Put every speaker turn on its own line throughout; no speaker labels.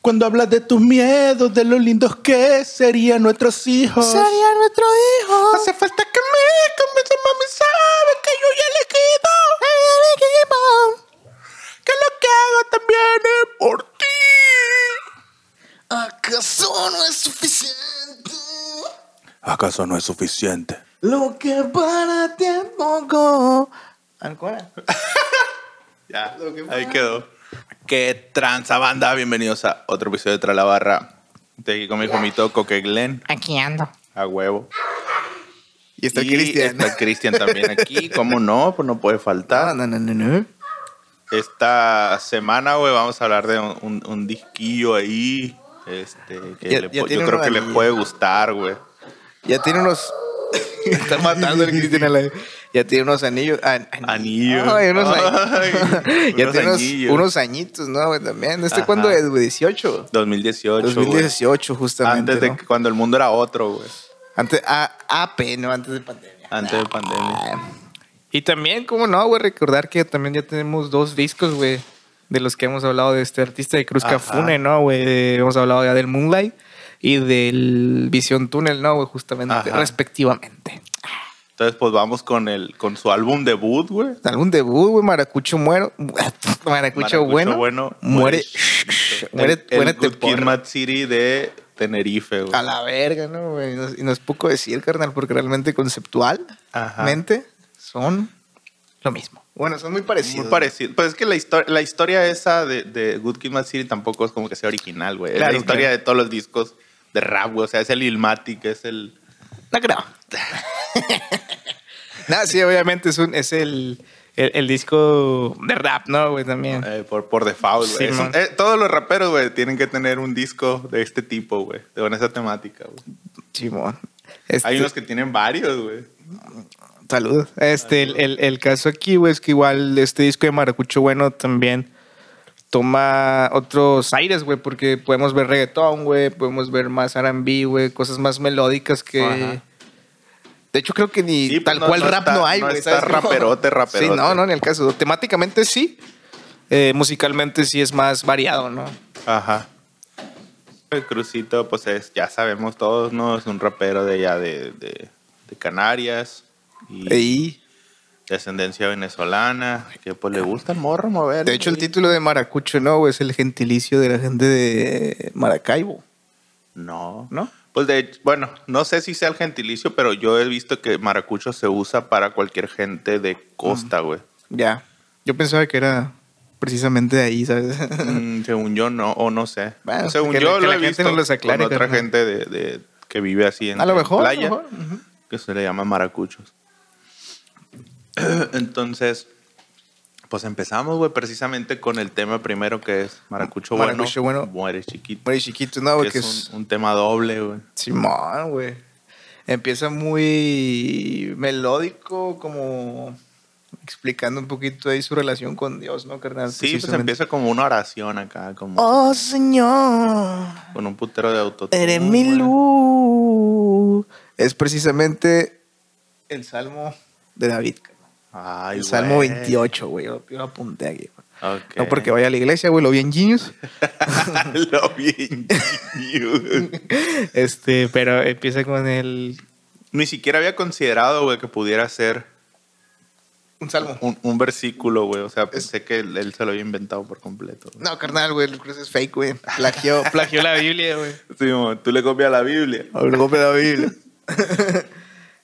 Cuando hablas de tus miedos, de lo lindos que serían nuestros hijos.
Sería nuestro hijo.
Hace falta que me convenza, mami, sabe que yo ya le quito. Que lo que hago también es por ti.
¿Acaso no es suficiente?
¿Acaso no es suficiente?
Lo que para ti es poco. ¿Ancora?
Ya, ahí quedó. Qué tranza banda, bienvenidos a otro episodio de Tras la Barra. Estoy aquí con mi jomito Coque Glen,
Aquí ando.
a huevo.
Y está
Y
Cristian.
Está Cristian también aquí, ¿cómo no? Pues no puede faltar.
No, no, no, no, no.
Esta semana, güey, vamos a hablar de un, un- un disquillo ahí. Este, que
Ya-
le
ya
po- yo
tiene
creo
uno
que le
ahí.
puede gustar, güey.
Ya tiene unos. está matando el Cristian a la- Ya tiene unos anillos. Ah, an-
Anillos.
Ay, unos añitos.
Ay,
ya
unos
tiene unos,
anillos.
unos añitos, ¿no? güey? También. ¿Este
Ajá.
cuándo es, güey? 18.
2018. güey.
2018, justamente.
Antes de
¿no?
que- cuando el mundo era otro, güey.
Antes, a, AP, ¿no? Antes de pandemia.
Antes de pandemia.
Y también, ¿cómo no, güey? Recordar que también ya tenemos dos discos, güey, de los que hemos hablado de este artista de Cruz
Ajá.
Cafune, ¿no, güey? Hemos hablado ya del Moonlight y del Visión Túnel, ¿no, güey? Justamente,
Ajá.
respectivamente.
Entonces, pues vamos con el con su álbum debut, güey.
Algún debut, güey, Maracucho muero. Maracucho,
Maracucho
bueno. Muere.
ch-
Muere,
El- el
muérete
Good Kid,
por-
Mad City de Tenerife, güey.
A la verga, ¿no, güey? Y no, y no es poco decir, carnal, porque realmente
Ajá.
conceptualmente son lo mismo. Bueno, son muy parecidos.
Muy parecido. Pues es que la, histo- la historia esa de, de Good Kid, Mad City tampoco es como que sea original, güey. es
Claro,
la historia
claro.
de todos los discos de rap, güey. O sea, es el Ilmatic, es el...
No creo. no, sí, obviamente es, un, es el, el, el disco de rap, ¿no, güey? También.
eh, por, por default, güey.
Sí,
Es un-
man.
eh, todos los raperos, güey, tienen que tener un disco de este tipo, güey. Con esa temática, güey.
Simón. Este,
Hay unos que tienen varios, güey.
Saludos. Este, el, el, el caso aquí, güey, es que igual este disco de Maracucho Bueno también toma otros aires, güey, porque podemos ver reggaetón, güey, podemos ver más R&B, güey, cosas más melódicas que...
Ajá.
De hecho, creo que ni
Sí, pues
tal
no-
cual
no
rap
está-
no hay,
no
güey.
está
¿sabes cómo?
raperote, raperote.
Sí, no, no, en el caso. Temáticamente sí. Eh, musicalmente sí es más variado, ¿no?
Ajá. El Crucito, pues es, ya sabemos todos, ¿no? Es un rapero de allá de, de- de Canarias. Y
Ey.
de ascendencia venezolana. Que pues le gusta el morro mover.
De hecho, el título de Maracucho, ¿no? güey? Es el gentilicio de la gente de Maracaibo.
No.
¿No?
Pues de bueno, no sé si sea el gentilicio, pero yo he visto que maracucho se usa para cualquier gente de costa,
Mm.
güey.
Ya. Yo pensaba que era precisamente de ahí, ¿sabes?
Mm, según yo, no, o no sé.
Bueno,
según
que la-
yo,
que
lo
la
he
gente
visto
nos los aclare,
con otra
carnal.
gente de, de- que vive así en
a lo
en
mejor. a lo
playa.
mejor. Ujú.
que se le llama maracuchos. Entonces, pues empezamos, güey, precisamente con el tema primero que es maracucho,
Maracucho
bueno,
bueno.
muere chiquito.
Güey, chiquito, ¿no? güey?
que
Que
es
es
un, un tema doble, güey.
Simón, güey. Empieza muy melódico, como explicando un poquito ahí su relación con Dios, ¿no, carnal?
Sí, pues
Ah, Precisamente.
empieza como una oración acá, como
Oh, Señor.
con un putero de autotune.
Eres mi
güey.
luz. Es precisamente el Salmo de David. cabrón.
Ay,
El
güey.
Salmo 28, güey. Yo, yo lo apunté aquí. güey.
Ok.
No porque vaya a la iglesia, güey, lo vi en Genius.
Lo vi. güey.
este, pero empieza con el...
Ni siquiera había considerado, güey, que pudiera ser
Un salmo.
un, un versículo, güey. O sea, pensé que él, él se lo había inventado por completo. güey.
No, carnal, güey, el cruz es fake, güey. Plagió, plagió la Biblia, güey.
Sí, mo, tú le copias la Biblia.
Habló de la Biblia.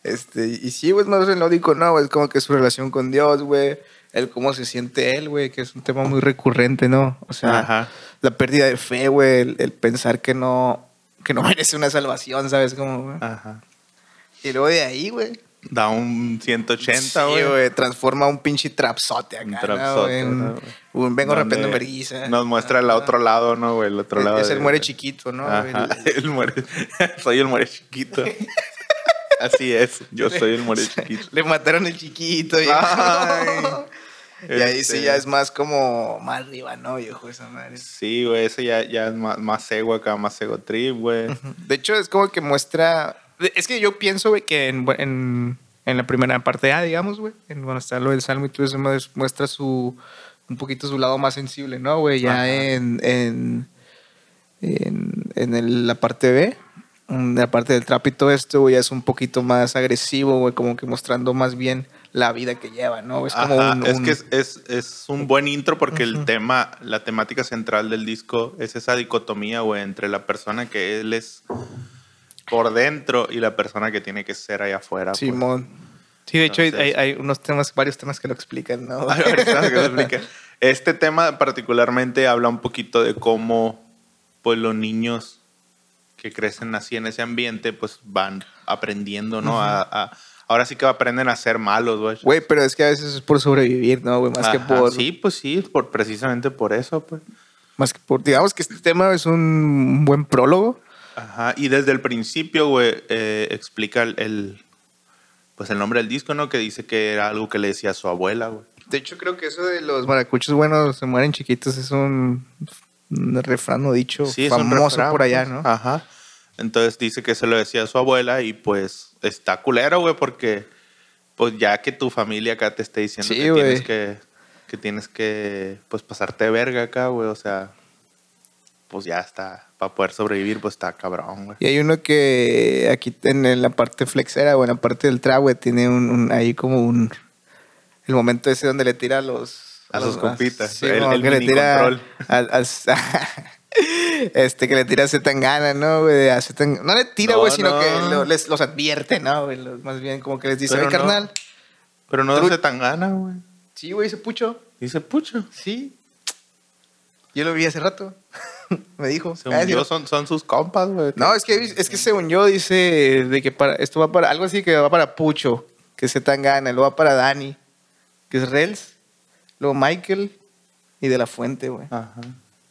este, y sí, güey, es más melódico, ¿no? güey? Es como que su relación con Dios, güey. El cómo se siente él, güey, que es un tema muy recurrente, ¿no? O sea,
Ajá.
la pérdida de fe, güey, el, el pensar que no, que no merece una salvación, ¿sabes? Como, güey.
Ajá.
Y luego de ahí, güey.
Da un 180,
sí,
güey.
güey, transforma un pinche trapsote acá,
Un
¿no,
trapsote,
güey? Un-
¿no, güey?
un vengo
Donde
repente en vergüenza.
Nos muestra el
Ajá.
otro lado, ¿no, güey? El otro lado.
Es el
de-
muere chiquito, ¿no? güey?
Ajá. El muere. soy el muere chiquito. Así es. Yo soy el muere chiquito.
Le mataron el chiquito. viejo.
Ay.
y ahí sí
Este,
ya es más como más arriba, ¿no, viejo? Esa madre.
Sí, güey. Ese ya, ya es más, más cego acá, más cego trip, güey.
De hecho, es como que muestra. Es que yo pienso, güey, que en, en- en la primera parte A, digamos, güey, en cuando está lo del salmo y todo eso, más muestra su. un poquito su lado más sensible, ¿no, güey? Ya
Ajá.
en. en en, en el- la parte B. En la parte del trapito esto, güey, ya es un poquito más agresivo, güey, como que mostrando más bien la vida que lleva, ¿no? Es como
Ajá,
un-
es
un-
que es, es- es un buen intro porque el tema, la temática central del disco es esa dicotomía, güey, entre la persona que él es por dentro y la persona que tiene que ser allá afuera. pues.
Simón. Sí, de hecho, hay,
Entonces-
hay- hay unos temas, varios temas que lo explican, ¿no?
Ay, ahorita que lo explique. Este tema particularmente habla un poquito de cómo pues los niños que crecen así en ese ambiente pues van aprendiendo, ¿no? A- a- ahora sí que aprenden a ser malos, güey.
Güey, pero es que a veces es por sobrevivir, ¿no, güey? Más que
Ajá,
por...
Sí, pues sí, por, precisamente por eso, pues.
Más que por... Digamos que este tema es un buen prólogo.
Ajá, y desde el principio, güey, eh, explica el, el- pues el nombre del disco, ¿no? Que dice que era algo que le decía su abuela, güey.
De hecho, creo que eso de los maracuchos buenos se mueren chiquitos es un, un refrán o dicho
es un
famoso
refrán,
por allá,
pues.
¿no?
Ajá. Entonces dice que se lo decía a su abuela y pues está culero, güey, porque pues ya que tu familia acá te esté diciendo
Sí,
que
güey.
tienes que que tienes que pues pasarte de verga acá, güey, o sea, pues ya está para poder sobrevivir, pues está cabrón, güey.
Y hay uno que aquí en en la parte flexera o en la parte del tra, güey, tiene un, un- ahí como un... El momento ese donde le tira a los...
A sus
los-
compitas,
sí,
el-
como
el
que le
mini
tira...
control.
al- al- este, que le tira a Zetangana, ¿no, güey? A Zetang- No le tira,
No,
güey, sino
no.
que lo- les, los advierte, ¿no? güey? Los- Más bien como que les dice,
Pero
oye,
no.
carnal,
Pero no
Tru-
se tan gana, güey.
sí, güey, ese pucho,
Dice, "Pucho,
sí. Yo lo vi hace rato, me dijo.
según
Ah, sí,
yo son, son sus compas, güey."
No, es que, es que según yo dice de que para, esto va para algo así que va para Pucho, que se tan gana, luego va para Dani, que es Rels, luego Michael y de la Fuente, güey.
Ajá.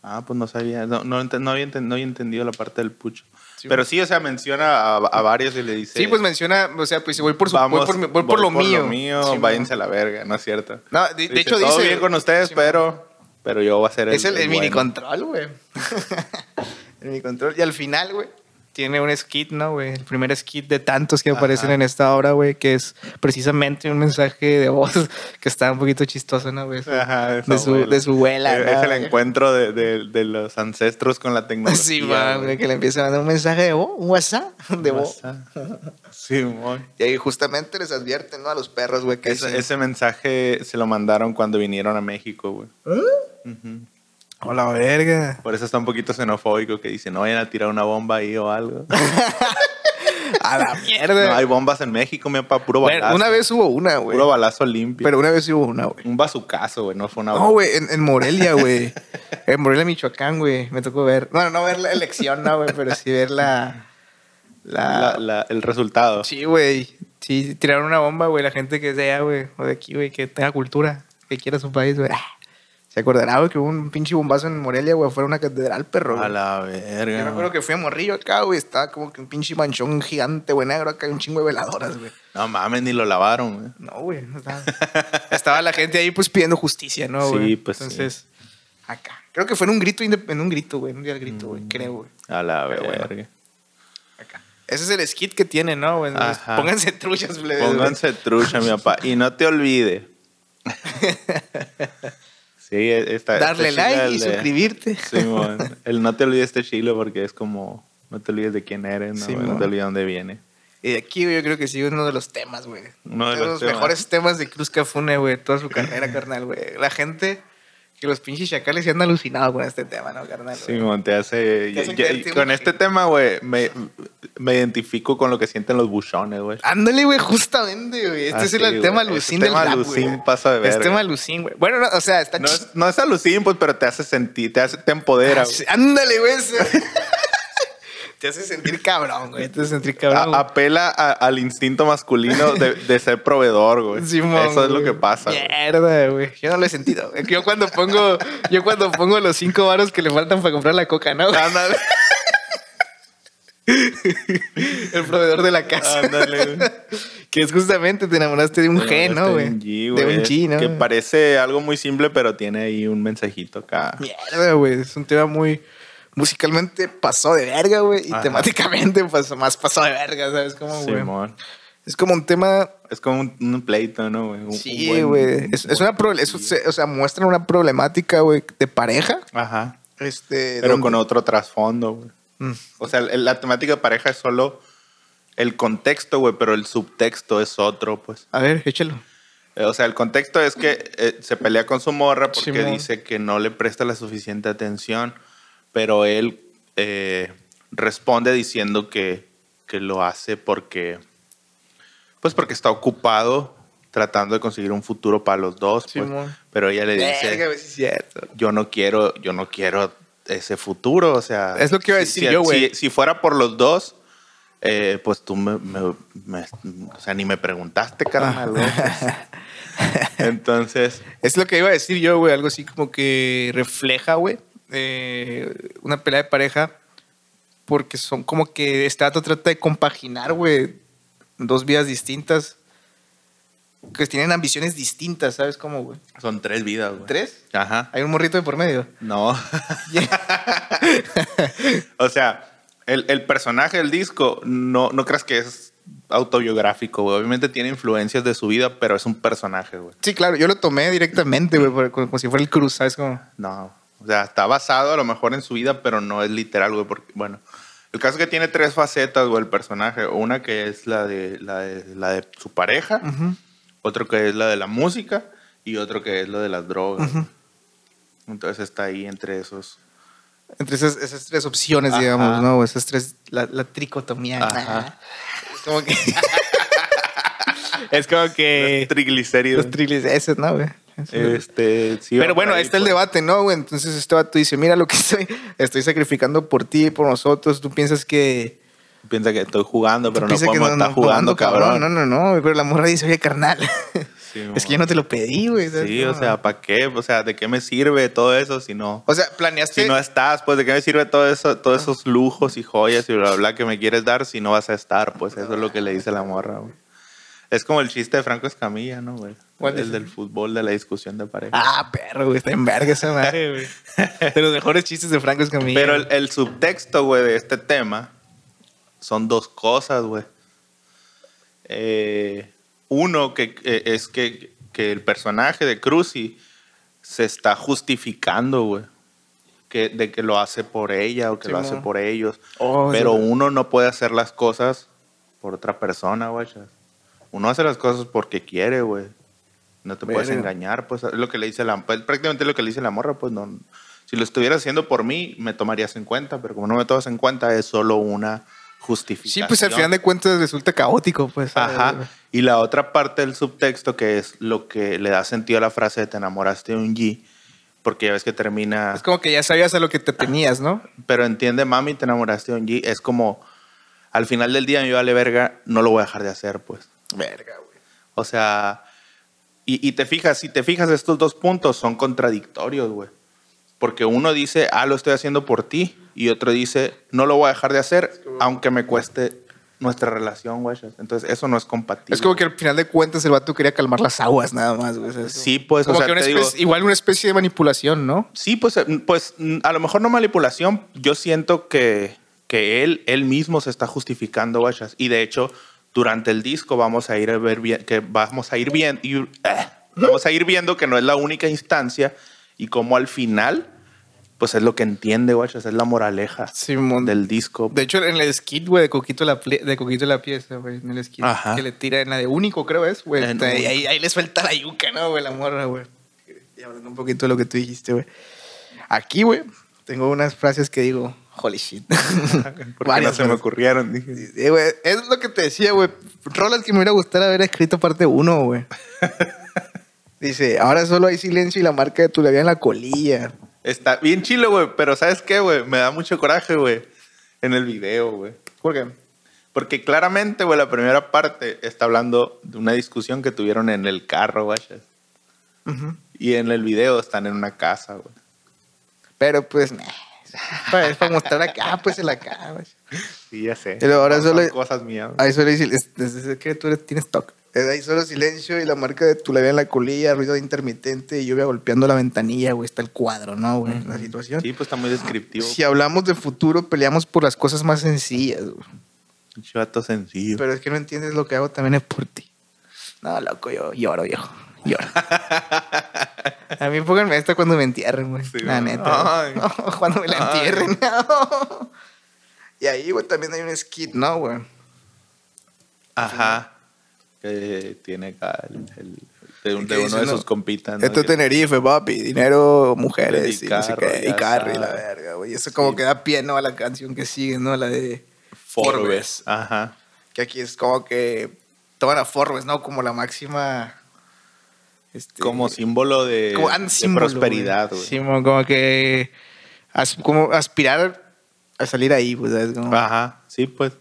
Ah, pues no sabía, no, no, ent- no había, enten- no había entendido la parte del pucho.
Sí,
Pero sí, o sea, menciona a, a varios y le dice...
Sí, pues menciona, o sea, pues si voy por su, voy por, mi- voy por
voy
lo mío. Sí,
váyanse a la verga, ¿no es cierto?
No, de- de hecho
Todo
dice-
bien con ustedes,
sí,
pero, pero yo voy a hacer el.
Es el, el mini
bueno".
control, güey. el mini control. Y al final, güey, tiene un skit, ¿no, güey? El primer skit de tantos que
Ajá.
aparecen en esta obra, güey, que es precisamente un mensaje de voz que está un poquito chistoso, ¿no, güey?
Ajá,
de su-
abuela.
de su abuela,
Es,
¿no?
es el encuentro de, de- de los ancestros con la tecnología.
Pues Sí, va, güey,
güey.
que le empieza a mandar un mensaje de voz, un WhatsApp de voz.
Pasa. Simón.
Y ahí justamente les advierten, ¿no? A los perros, güey, que
Ese,
dicen,
ese mensaje se lo mandaron cuando vinieron a México, güey. Ujú.
Hola, verga.
Por eso está un poquito xenofóbico que dice, no vayan a tirar una bomba ahí o algo.
A la
no
mierda.
hay bombas en México, mi papá, puro
Bueno,
balazo.
una vez hubo una, güey.
Puro balazo Ah, limpio.
Pero una vez sí hubo una, güey.
un bazucazo, güey, no fue una
No,
bomba.
güey, en, en Morelia, güey. En Morelia, Michoacán, güey. Me tocó ver. Bueno, no ver la elección, no, güey, pero sí ver la. La.
La- la- el resultado.
Sí, güey. Sí, tiraron una bomba, güey. La gente que es de allá, güey, o de aquí, güey, que tenga cultura, que quiera su país, güey. Ah, Se acordará, güey, que hubo un pinche bombazo en Morelia, güey, fuera una catedral, perro.
A
güey.
la verga.
Yo me acuerdo
güey.
que fui a Morrillo acá, güey. Estaba como que un pinche manchón gigante, güey, negro acá, y un chingo de veladoras, güey.
No mames, ni lo lavaron, güey.
No, güey, no estaba. estaba la gente ahí, pues, pidiendo justicia, ¿no,
Sí,
güey?
pues, sí.
Entonces, acá. Creo que fue en un grito, inde- en un grito, güey, en un día del grito, güey,
Mm.
creo, güey.
A la
Pero bueno.
verga.
Acá. Ese es el skit que tiene, ¿no, güey? Entonces,
Ajá.
Pónganse truchas, plebes, güey.
Pónganse trucha, mi papá. Y no te olvides. sí, e-, está.
Darle
está chila
like y
el de-
suscribirte.
Simón. El no te olvides este chilo porque es como. No te olvides de quién eres, no,
Simón.
no te olvides de dónde viene.
Y de aquí, güey, yo creo que sí es uno de los temas, güey.
Uno de los temas.
mejores temas de Cruz Cafune, güey, toda su carrera, carnal, güey. La gente que los pinches chacales se han alucinado con este tema, ¿no, carnal? güey?
Simón, te hace.
Te hace
ya-
creerte un-
con este tema, güey, me, me identifico con lo que sienten los buchones, güey.
Ándale, güey, justamente, güey. Este
Ah,
es el,
sí,
el
güey.
tema
Este
lucín
tema
del rap,
lucín
güey.
pasa de
Este
verga.
tema lucín, güey. Bueno, no, o sea, está
No
ch-
es, no es alucin, pues, pero te hace sentir, te, hace, te empodera. güey.
Ándale, Ah, güey. ese- Te hace sentir cabrón, güey. Te hace sentir cabrón.
A- apela a- al instinto masculino de, de ser proveedor, güey.
Simón,
Eso es lo
güey.
que pasa. güey.
Mierda, güey. Yo no lo he sentido. güey. Yo cuando pongo, yo cuando pongo los cinco varos que le faltan para comprar la coca, ¿no?
Ándale,
El proveedor de la
Ah,
casa.
ándale, güey.
Que es justamente te enamoraste de un G, ¿no, güey?
De
De un G, ¿no?
Que parece algo muy simple, pero tiene ahí un mensajito acá.
Mierda, güey. Es un tema muy. Musicalmente pasó de verga, güey. Y
Ajá.
temáticamente pasó, más pasó de verga, ¿sabes cómo, güey?
Simón.
Es como un tema.
Es como un, un pleito, ¿no, güey? Un- un
Sí,
buen-
güey.
un
Es, es
buen
una pro- es-
cosillo.
se- o sea, muestran una problemática, güey, de pareja.
Ajá.
Este,
pero
¿dónde?
con otro trasfondo, güey.
Mm.
O sea, el- la temática de pareja es solo el contexto, güey, pero el subtexto es otro, pues.
A ver, échalo.
Eh, O sea, el contexto es que eh, se pelea con su morra porque
Simón.
dice que no le presta la suficiente atención, pero él eh, responde diciendo que, que lo hace porque, pues porque está ocupado tratando de conseguir un futuro para los dos, pues.
Simón.
pero ella le
Verga,
dice,
güey, sí es cierto.
yo no quiero, yo no quiero ese futuro, o sea,
Es lo que iba a
si-
decir
si-
yo, güey.
Si, si fuera por los dos, eh, pues tú me, me- me- o sea, ni me preguntaste, carnal. güey.
Ah.
Entonces,
Es lo que iba a decir yo, güey. Algo así como que refleja, güey. eh, una pelea de pareja. Porque son como que este dato trata de compaginar, güey. Dos vidas distintas. Que tienen ambiciones distintas, ¿sabes cómo, güey?
son tres vidas, güey.
¿Tres?
Ajá.
Hay un morrito de por medio.
No. o sea, el, el personaje del disco, no, no creas que es autobiográfico, güey. Obviamente tiene influencias de su vida, pero es un personaje, güey.
Sí, claro, yo lo tomé directamente, güey, por- como, como si fuera el cruz, ¿sabes? Como,
No. O sea, está basado a lo mejor en su vida, pero no es literal, güey, porque, bueno. El caso es que tiene tres facetas, güey, el personaje. Una que es la de, la de, la de su pareja,
ujú,
otro que es la de la música y otro que es lo de las drogas.
ujú.
Entonces está ahí entre esos.
Entre esas, esas tres opciones,
Ajá.
digamos, ¿no? Esas tres, la, la tricotomía.
Ajá.
Es como que. es como que.
Los triglicéridos.
Los triglicéridos, ¿no, güey? Eso.
Este, sí, va
Pero bueno,
por ahí,
ahí está el
pues.
debate, ¿no, güey? Entonces este vato dice, mira lo que estoy, estoy sacrificando por ti y por nosotros. Tú piensas que...
Piensa que estoy jugando, pero
tú
no
piensas
podemos estar
no
jugando, cabrón.
No, no, no. güey, Pero la morra dice, oye, carnal,
Sí,
es que yo no te lo pedí, güey. ¿sabes?
Sí,
No.
o sea, ¿para qué? O sea, ¿de qué me sirve todo eso si no?
O sea, planeaste...
Si no estás, pues ¿de qué me sirve todo eso, todos esos lujos y joyas y bla, bla, bla que me quieres dar si no vas a estar? Pues eso es lo que le dice la morra, güey. Es como el chiste de Franco Escamilla, ¿no, güey?
¿Cuál
el
es?
del fútbol, de la discusión de pareja.
Ah, perro, güey, está en verga esa madre, güey. De los mejores chistes de Franco Escamilla.
Pero el, el subtexto, güey, de este tema son dos cosas, güey. Eh, uno que eh, es que, que el personaje de Cruzy se está justificando, güey. Que, de que lo hace por ella o que lo
Simón.
hace por ellos.
Oh,
Pero
sí.
uno no puede hacer las cosas por otra persona, güey. Uno hace las cosas porque quiere, güey. No te puedes
Verga.
engañar, pues es lo que le dice la pues, prácticamente lo que le dice la morra, pues no. Si lo estuvieras haciendo por mí, me tomarías en cuenta, pero como no me tomas en cuenta, es solo una
Sí,
justificación.
pues al final de cuentas resulta caótico, pues. ¿sabes?
Ajá. Y la otra parte del subtexto que es lo que le da sentido a la frase de te enamoraste de un G, porque ya ves que termina
Es como que ya sabías a lo que te tenías, ¿no?
pero entiende, mami, te enamoraste de un G. Es como, al final del día me vale verga, no lo voy a dejar de hacer, pues.
Verga, güey.
O sea, y, y te fijas, si te fijas, estos dos puntos son contradictorios, güey. Porque uno dice, ah, lo estoy haciendo por ti, y otro dice, no lo voy a dejar de hacer, aunque me cueste nuestra relación, güey. Entonces, eso no es compatible.
Es como que al final de cuentas el vato quería calmar las aguas, nada más, güey. ¿sabes?
Sí, pues, o
Como
sea,
que una
te digo-
especie- igual una especie de manipulación, ¿no?
Sí, pues, eh, pues mm, a lo mejor no manipulación. Yo siento que, que él, él mismo se está justificando, guachas. Y de hecho, durante el disco vamos a ir a ver bien, que vamos a ir bien, y, eh, vamos a ir viendo que no es la única instancia y como al final, pues es lo que entiende, guachas, es la moraleja
Simón.
del disco.
De hecho, en el skit, güey, de Coquito la, pli- de Coquito la pieza, güey, en el skit
Ajá.
que le tira en la de único, creo es, güey.
En
Está Ahí,
Único.
ahí, ahí le suelta la yuca, ¿no, güey? La morra, güey. Y hablando un poquito de lo que tú dijiste, güey. Aquí, güey, tengo unas frases que digo, holy shit.
Porque no
Varias
se me
frases.
ocurrieron. Dije.
Eh, güey, es lo que te decía, güey. Rolas que me hubiera gustado haber escrito parte 1, güey. Dice, ahora solo hay silencio y la marca de tu labia en la colilla.
Está bien chilo, güey, pero ¿sabes qué, güey? Me da mucho coraje, güey, en el video, güey.
¿Por qué?
Porque claramente, güey, la primera parte está hablando de una discusión que tuvieron en el carro, güey.
Ujú.
Y en el video están en una casa, güey.
Pero pues, nah. Es para mostrar acá, pues el acá, güey.
Sí, ya sé.
Pero ahora
Son- son
solo-
cosas mías. güey.
Ahí solo hay silencio. que tú eres- tienes TOC. Eh, Ahí solo silencio y la marca de tu labia en la colilla, ruido intermitente y lluvia golpeando la ventanilla, güey. Está el cuadro, ¿no, güey? La situación.
Sí, pues está muy descriptivo.
Si hablamos de futuro, peleamos por las cosas más sencillas, güey.
Un chivato sencillo.
Pero es que no entiendes lo que hago también es por ti. No, loco, yo lloro, viejo. Lloro. A mí pónganme esta cuando me entierren, güey.
Sí,
la
güey.
neta.
Ay.
güey. No, cuando me la
Ay.
entierren. no. Y ahí, güey, también hay un skit, ¿no, güey?
Ajá. Que tiene acá el, el- de, un-
¿Qué
de uno
dice,
de
no?
sus compitas. Ah, ¿no?
Esto es
Que-
Tenerife, papi. Dinero, mujeres
Y
y, no sé
carro,
qué, Y
ya
carro y la
sabes.
verga, güey. Eso como
Sí.
que da pie, ¿no? A la canción que sigue, ¿no? La de...
Forbes. Ajá.
Que aquí es como que toman a Forbes, ¿no? Como la máxima... Este,
Como símbolo de,
como, ah,
de
símbolo,
prosperidad, güey.
Símbolo, como que... as- como aspirar a salir ahí, pues, ¿sabes? Como-
Ajá. Sí, pues.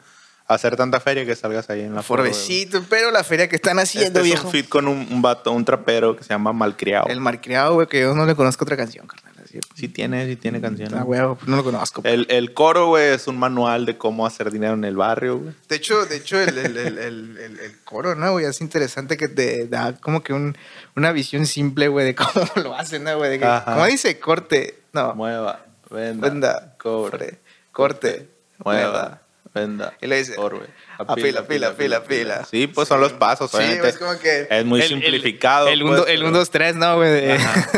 Hacer tanta feria que salgas ahí en la Forbes.
Forbesito, pero la feria que están
Este
haciendo,
es
viejo.
un fit con un, un vato, un trapero que se llama Malcriado.
El marcriado, güey, que yo no le conozco otra canción, carnal. así,
Sí tiene, sí Eh, tiene canciones.
la huevo, pues, no lo conozco.
el, el coro, güey, es un manual de cómo hacer dinero en el barrio, güey.
De hecho, de hecho el, el, el, el, el- el coro, ¿no, güey? Es interesante que te da como que un, una visión simple, güey, de cómo lo hacen, ¿no, güey? De que-
Ajá.
Como dice, corte, no,
Mueva, venda,
Ah. venda,
cobre,
cobre, corte,
mueva, venda.
Y le dice, "Ah,
orbe,
apila, apila, apila, apila.
Sí, pues son los pasos,
Sí,
obviamente.
güey, es como que-
Es muy
el- el-
simplificado.
El
pues,
1, el
pero-
un, dos, tres, ¿no, güey? De-
Ajá.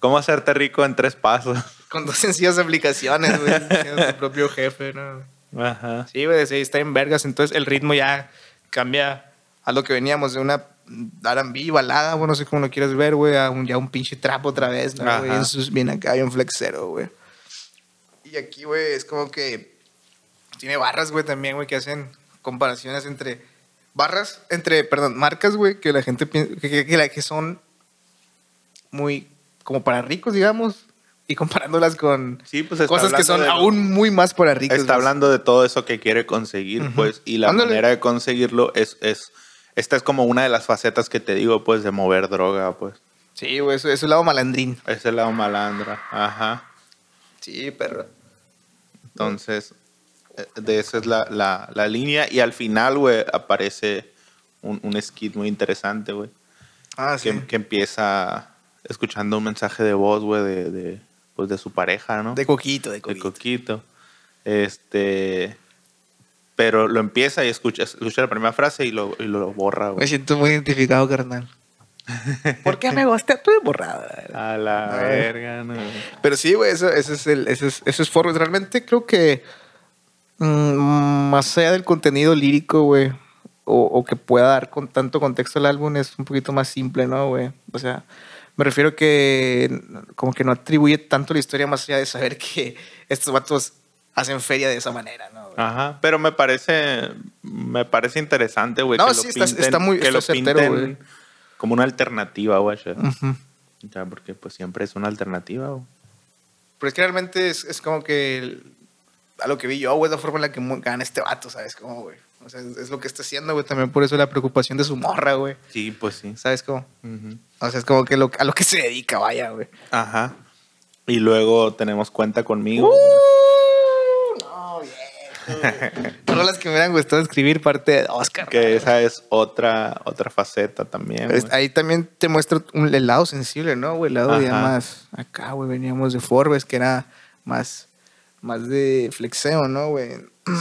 ¿Cómo hacerte rico en tres pasos?
Con dos sencillas aplicaciones, güey. Tiene su propio jefe, ¿no?
Ajá.
Sí, güey, sí, está en vergas. Entonces el ritmo ya cambia a lo que veníamos de una R&B, balada, güey, no sé cómo lo quieras ver, güey, a un, ya un pinche trap otra vez, ¿no, güey?
Ajá.
En sus bien acá, bien flexero, güey. Y aquí, güey, es como que tiene barras, güey, también, güey, que hacen comparaciones entre barras, entre, perdón, marcas, güey, que la gente piensa, que, que, que la- que son muy como para ricos, digamos, y comparándolas con
Sí, pues está
cosas que
hablando
son
de-
aún muy más para ricos.
Está
güey.
hablando de todo eso que quiere conseguir,
Ujú.
pues, y la
Ándale.
manera de conseguirlo es, es, esta es como una de las facetas que te digo, pues, de mover droga, pues.
Sí, güey, eso es un lado malandrín.
Es el lado malandra, ajá.
Sí, perro.
Entonces, eh, de esa es la, la- la línea. Y al final, güey, aparece un, un skit muy interesante, güey.
Ah, sí.
Que, que empieza escuchando un mensaje de voz, güey, de, de, pues, de su pareja, ¿no?
De coquito, de
de
coquito.
Coquito. Este. Pero lo empieza y escucha, escucha la primera frase y lo, y lo borra,
Me
güey.
siento muy identificado, carnal. ¿Por qué me gusta? Estoy borrada.
A la
Ah.
verga, no.
Pero sí, güey, eso, ese es el, ese es, eso es Forbes. Realmente creo que mm, más allá del contenido lírico, güey, o, o que pueda dar con tanto contexto al álbum, es un poquito más simple, ¿no, güey? O sea, me refiero que como que no atribuye tanto la historia más allá de saber que estos vatos hacen feria de esa manera, ¿no, güey?
Ajá, pero me parece me parece interesante, güey,
No,
que
sí,
lo
está-
pinten,
está muy-
que
está
lo
certero,
pinten
güey. Mm.
como una alternativa, güey. ya.
Ujú.
Ya, porque pues siempre es una alternativa, güey.
Pero es que realmente es, es como que el- a lo que vi yo, güey, es la forma en la que mu- gana este vato, ¿sabes cómo, güey? O sea, es, es lo que está haciendo, güey. También por eso la preocupación de su morra, güey.
Sí, pues sí.
¿Sabes cómo?
Ujú.
O sea, es como que lo- a lo que se dedica, vaya, güey.
Ajá. Y luego tenemos cuenta conmigo.
Uh, No, bien. las que me hubieran gustado escribir parte de Oscar.
Que esa es otra, otra faceta también.
Pero es-
güey.
ahí también te muestra un, el lado sensible, ¿no, güey? El lado ya
Ajá.
más acá, güey. Veníamos de Forbes, que era más, más de flexeo, ¿no, güey?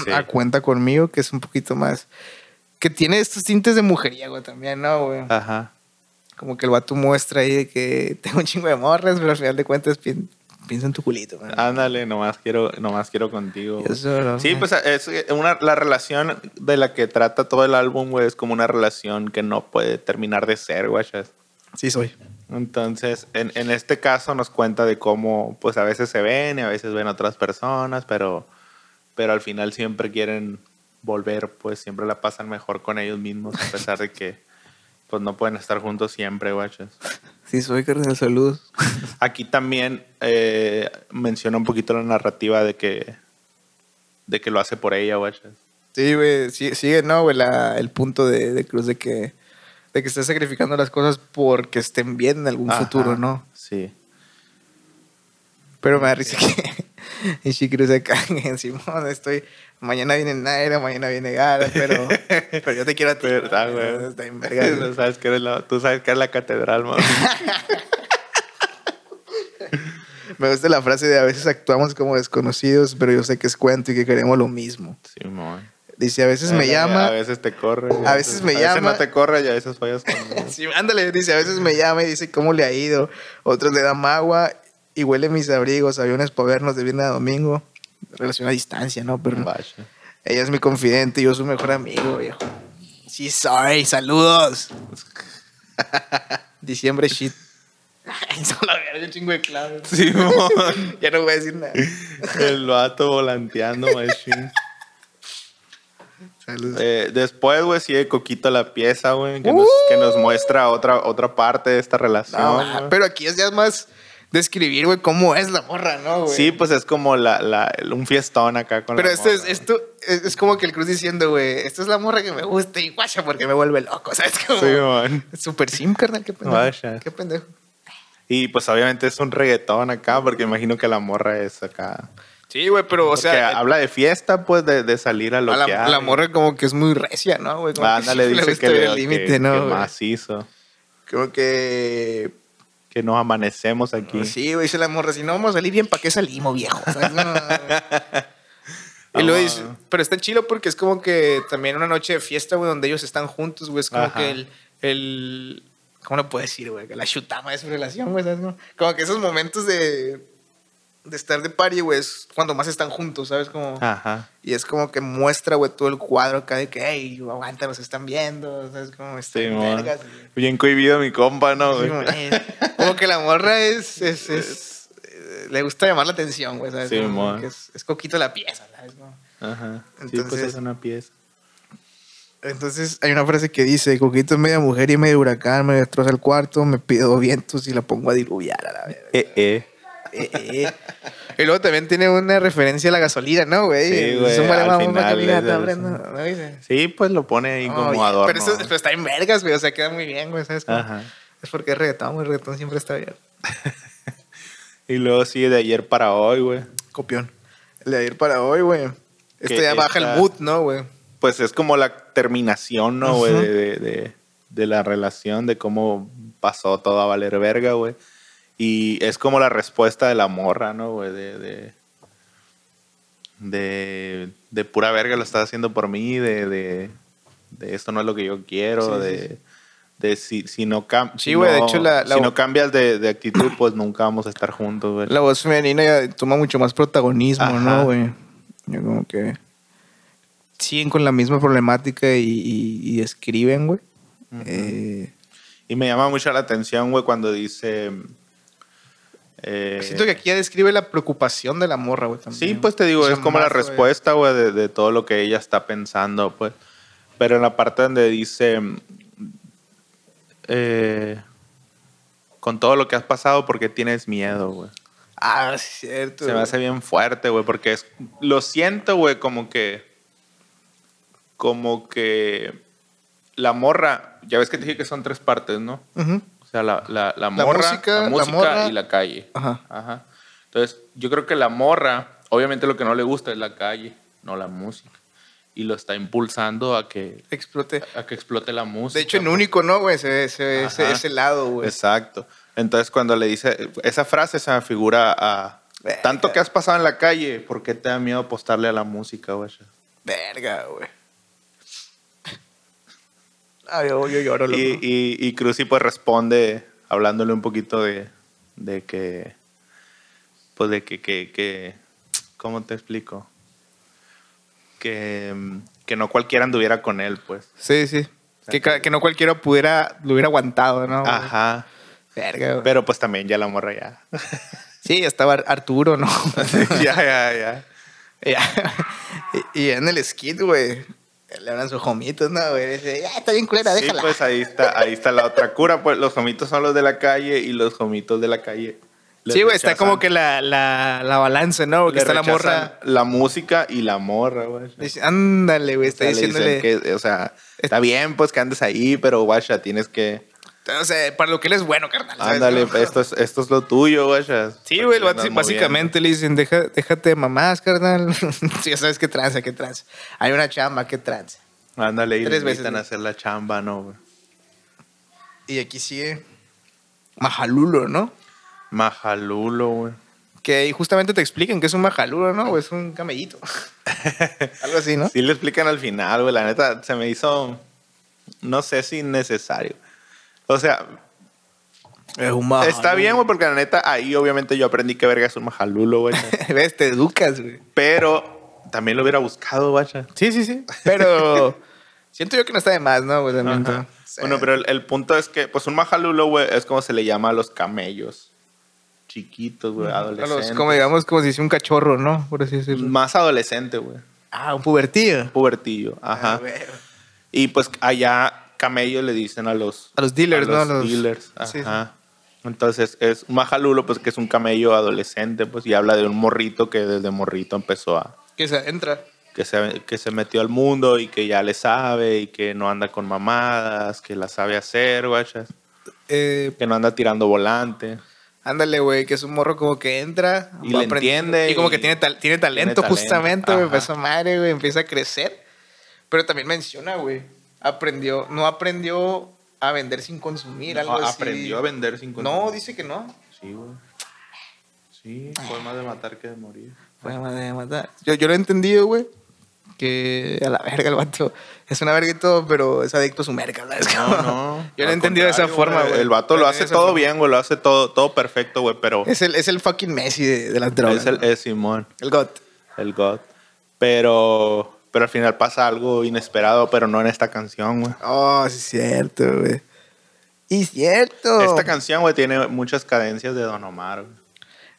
Sí.
A cuenta conmigo, que es un poquito más. Que tiene estos tintes de mujeriego también, ¿no, güey?
Ajá.
Como que el vato muestra ahí de que tengo un chingo de morras, pero al final de cuentas pi- piensa en tu culito, güey.
Ándale, nomás quiero, nomás quiero contigo. güey.
Eso, eh. ¿no?
Ah, Sí, pues es una, la relación de la que trata todo el álbum, güey, es como una relación que no puede terminar de ser, güey. ya.
Sí, soy.
Entonces, en, en este caso nos cuenta de cómo, pues a veces se ven y a veces ven a otras personas, pero, pero al final siempre quieren volver, pues siempre la pasan mejor con ellos mismos, a pesar de que pues no pueden estar juntos siempre, guachas.
Sí, soy, carnal. Saludos.
Aquí también eh, menciona un poquito la narrativa de que, de que lo hace por ella, guachas.
Sí, güey, sí- sigue, ¿no, güey? La- el punto de, de Cruz de que, de que está sacrificando las cosas porque estén bien en algún
Ajá,
futuro, ¿no?
Sí.
Pero me da risa que y si Cruz acá en Simón, estoy, mañana viene Naira, mañana viene Gara, pero, pero yo te quiero a ti.
Pero, ah, güey.
güey. Está bien verga, güey.
Tú sabes que eres la, tú sabes que eres la catedral, mami.
Me gusta la frase de a veces actuamos como desconocidos, pero yo sé que es cuento y que queremos lo mismo.
Simón.
Dice, a veces me
Ándale,
llama.
A veces te corre.
A veces me
A veces
llama.
no te corre y a veces fallas con...
Sí, ándale, dice, a veces me llama y dice cómo le ha ido. Otros le dan agua y huele mis abrigos, aviones para vernos de viernes a domingo. Relación a distancia, ¿no? Pero
Vaya.
ella es mi confidente, yo su mejor amigo, viejo. Sí, soy, saludos. Diciembre shit. Solo verga, un chingo de claves.
Simón.
Ya no voy a decir nada.
El vato volanteando, machín.
Saludos.
Eh, después, güey, sigue Coquito la pieza, güey, que, nos, que nos muestra otra, otra parte de esta relación.
Uh. No, ah,
güey.
pero aquí es ya más describir, güey, cómo es la morra, ¿no, güey?
sí, pues es como la, la- el- un fiestón acá con
Pero
la
esto es,
morra,
esto es, es como que el Cruz diciendo, güey, esta es la morra que me gusta y guacha porque me vuelve loco, ¿sabes? Como,
güey. Simón.
super sim, carnal, qué pendejo.
Guacha.
Qué pendejo.
Y pues obviamente es un reggaetón acá, porque imagino que la morra es acá.
Sí, güey, pero, o
Porque
sea,
habla de fiesta, pues, de, de salir a
a la,
lo que
la morra como que es muy recia, ¿no, güey? Como Ah, que
Ándale,
sí
dice
gusta
que
ver
le
el límite,
que-
¿no?
que
güey?
macizo.
Como que...
Que nos amanecemos aquí.
Ah, Pues Sí, güey, dice la morra, si no vamos a salir bien, ¿para qué salimos, viejo? ¿Sabes? No, Ah, no, no. y luego dice, pero está chido porque es como que también una noche de fiesta, güey, donde ellos están juntos, güey, es como
Ajá.
que el, el- ¿cómo lo puedo decir, güey? Que La chutama de su relación, güey, ¿sabes? Como- Como que esos momentos de, de estar de party, güey, es cuando más están juntos, ¿sabes? Como...
Ajá.
Y es como que muestra, güey, todo el cuadro acá de que, hey, aguanta, nos están viendo, ¿sabes? Como están
Sí, mon.
vergas, güey.
Bien cohibido mi compa, ¿no?
Sí,
güey?
mo- eh, Como que la morra es. es, es eh, le gusta llamar la atención, güey, ¿sabes?
Sí,
Como
mo.
que es, es coquito la pieza, ¿sabes? Como-
Ajá. sí, pues
Entonces-
es una pieza.
Entonces hay una frase que dice: Coquito es media mujer y medio huracán, me destroza el cuarto, me pido vientos y la pongo a diluviar a la verga".
Eh, eh.
Eh, eh. Y luego también tiene una referencia a la gasolina, ¿no, güey?
Sí, güey,
Súmale,
al
vamos,
final
Catalina,
es de
hombre,
eso.
¿no? ¿No dice?
Sí, pues lo pone ahí como
No, oye,
adorno.
Pero, eso, pero está en vergas, güey, o sea, queda muy bien, güey, ¿sabes? Como-
Ajá.
Es porque es reggaetón, güey, el reggaetón siempre está bien.
Y luego sigue de ayer para hoy, güey.
Copión. El de ayer para hoy, güey. Esto
Que
ya baja
esta-
el mood, ¿no, güey?
Pues es como la terminación, ¿no, güey?
Ujú.
de, de- de- de la relación, de cómo pasó todo a valer verga, güey. Y es como la respuesta de la morra, ¿no, güey? De, de, de, de pura verga lo estás haciendo por mí, de, de, de esto no es lo que yo quiero,
Sí, sí,
de... De si, si no, cam-
Sí,
si
güey, de
no-
hecho, la- la-
si no cambias de, de actitud, pues nunca vamos a estar juntos, güey.
La voz femenina ya toma mucho más protagonismo,
Ajá.
¿no, güey? Yo como que siguen con la misma problemática y, y- y escriben, güey.
Ujú.
Eh,
Y me llama mucho la atención, güey, cuando dice. eh,
siento que aquí ya describe la preocupación de la morra, güey. también,
Sí,
güey.
pues te digo,
O sea,
es como la
más, güey.
respuesta, güey, de, de todo lo que ella está pensando, pues. Pero en la parte donde dice. mm, eh, con todo lo que has pasado, ¿por qué tienes miedo, güey?
Ah, sí, es cierto.
Se me
güey.
hace bien fuerte, güey, porque es, lo siento, güey, como que. Como que. La morra, ya ves que te dije que son tres partes, ¿no?
Ujú.
O sea, la, la, la morra, la música,
música, la morra.
y la calle.
Ajá.
Ajá. Entonces, yo creo que la morra, obviamente lo que no le gusta es la calle, no la música. Y lo está impulsando a que,
Exploté.
a que explote la música. pues.
De hecho, en único, ¿no, güey? Se ve se ve ese,
Ajá.
ese lado, güey.
Exacto. Entonces, cuando le dice, esa frase se me figura a...
Verga.
Tanto que has pasado en la calle, ¿por qué te da miedo apostarle a la música, güey?
Verga, güey. Ah, yo, yo lloro, loco.
Y, y, y Cruci pues responde hablándole un poquito de, de que, pues de que, que, que- ¿cómo te explico? Que, mm, que no cualquiera anduviera con él, pues.
Sí, sí. Que, ca- que no cualquiera pudiera, lo hubiera aguantado, ¿no? güey?
Ajá.
Verga, güey.
Pero pues también ya la morra ya.
Sí, estaba Ar- Arturo, ¿no?
ya, ya, ya.
Ya. y, y en el skit, güey. Le hablan sus jomitos, ¿no, güey? Dice, "Ah, está bien culera,
Sí,
déjala.
pues ahí está, ahí está la otra cura, pues los jomitos son los de la calle y los jomitos de la calle. les
sí, güey, está
rechazan-
como que la, la, la balanza, ¿no? Porque
les
está la
rechazan
morra.
La música y la morra, güey.
Dice, ándale, güey,
O
está
sea, le dicen
diciéndole.
que, o sea, está bien pues que andes ahí, pero guacha, tienes que...
O sea, para lo que él es bueno, carnal. Ah, ¿sabes?
Ándale, pues,
¿No?
esto es, esto es lo tuyo, guacha.
Sí,
Para
güey,
que
el
le
vato
andas
básicamente le dicen, Deja, déjate de mamás, carnal. sí, ya sabes qué tranza, qué tranza. Hay una chamba, qué tranza.
moviendo. Ándale, y
Tres
Tres
veces,
veces,
¿no?
a hacer la chamba, ¿no? güey?
Y aquí sigue Majalulo, ¿no?
Majalulo, güey.
Que ahí justamente te expliquen que es un majaluro, ¿no? O es un camellito. Algo así, ¿no?
Sí le explican al final, güey. La neta, se me hizo, no sé si necesario. O sea,
Es un
está bien, güey, porque la neta, ahí obviamente yo aprendí que verga es un majalulo, güey.
Ves, te educas, güey.
Pero también lo hubiera buscado, guacha.
Sí, sí, sí. Pero siento yo que no está de más, ¿no? güey? También
Ajá.
tú-
Bueno, pero el, el punto es que, pues un majalulo, güey, es como se le llama a los camellos chiquitos, güey,
Mm, A los-
adolescentes. Pues,
como digamos, como si hiciera un cachorro, ¿no? Por así decirlo.
Más adolescente, güey.
Ah, un pubertillo.
Pubertillo,
Ah,
ajá.
güey.
Y pues allá camellos le dicen a los,
A los dealers,
a los
¿no? A los-
dealers,
Sí, sí.
ajá. Entonces es un majalulo, pues que es un camello adolescente, pues y habla de un morrito que desde morrito empezó a,
Que se entra.
que se, que se metió al mundo y que ya le sabe y que no anda con mamadas, que la sabe hacer, guachas,
Eh,
que no anda tirando volante.
ándale, güey, que es un morro como que entra.
Y
va
le
aprendiendo.
entiende
Y como
y-
que tiene, tal- tiene talento,
talento,
justamente, güey.
ajá.
Para esa madre, güey. Empieza a crecer. Pero también menciona, güey. Aprendió, no aprendió a vender sin consumir, algo
No,
así.
aprendió a vender sin
No, dice que no.
Sí, güey. Sí, fue más de matar que de morir.
Fue madre de matar. Yo, yo lo he entendido, güey. Que a la verga el vato es una verga y todo, pero es adicto a su merca, ¿sabes?
No, no.
Yo lo he
al
entendido de esa
contrario,
forma, güey.
El vato lo hace
Esa
todo
forma.
bien, güey. Lo hace todo, todo perfecto, güey. Pero
Es el, es el fucking Messi de, de las drogas.
es el
¿no?
es Simón,
el God.
el God. Pero, pero al final pasa algo inesperado, pero no en esta canción, güey.
Oh, sí, es cierto, güey. Y cierto.
Esta canción, güey, tiene muchas cadencias de Don Omar, güey.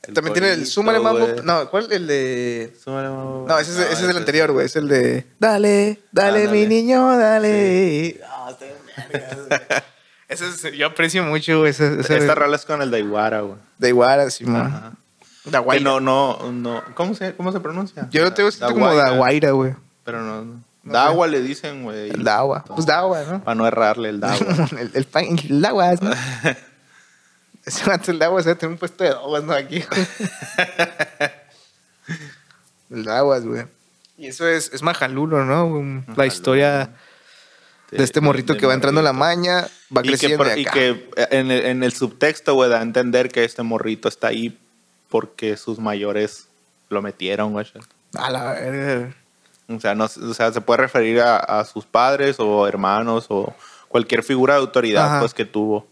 El
También tiene el
corito,
Súmale Mambo.
güey.
No, ¿cuál? El de.
Súmale mambo.
No, ese es, ese es el
ese
anterior, güey. Es el de. Dale, dale, mi
Ándale.
niño, dale. No, está bien, vergas, güey. Ese es- yo aprecio mucho, güey. Ese, ese- Ah.
Esta rola es con el de Iguara, güey.
De Iguara, Simón.
Ajá.
Daguaira.
Que no, no, no. ¿Cómo se, cómo se pronuncia?
Yo lo tengo escrito como
Daguaira,
Daguaira, güey.
Pero no. no.
No
Dagua le dicen, güey.
El Dawa. Pues Dawa, ¿no?
Para no errarle el Dagua.
el, el, pan, el Dawa, ¿no? Ese vato, el Dawa, se va a tener un puesto de Dawas, ¿no? Aquí, güey. El Dawas, güey. Y eso es, es majalulo, ¿no? Un-
Majalulo.
La historia de este morrito que va entrando en la maña, va
y que,
creciendo
por-
de
y
acá.
que eh, en, el, en el subtexto, güey, da a entender que este morrito está ahí porque sus mayores lo metieron, güey.
A la
Pues,
verga.
O sea, no, o sea, se puede referir a, a sus padres o hermanos o cualquier figura de autoridad
Ajá.
pues que tuvo.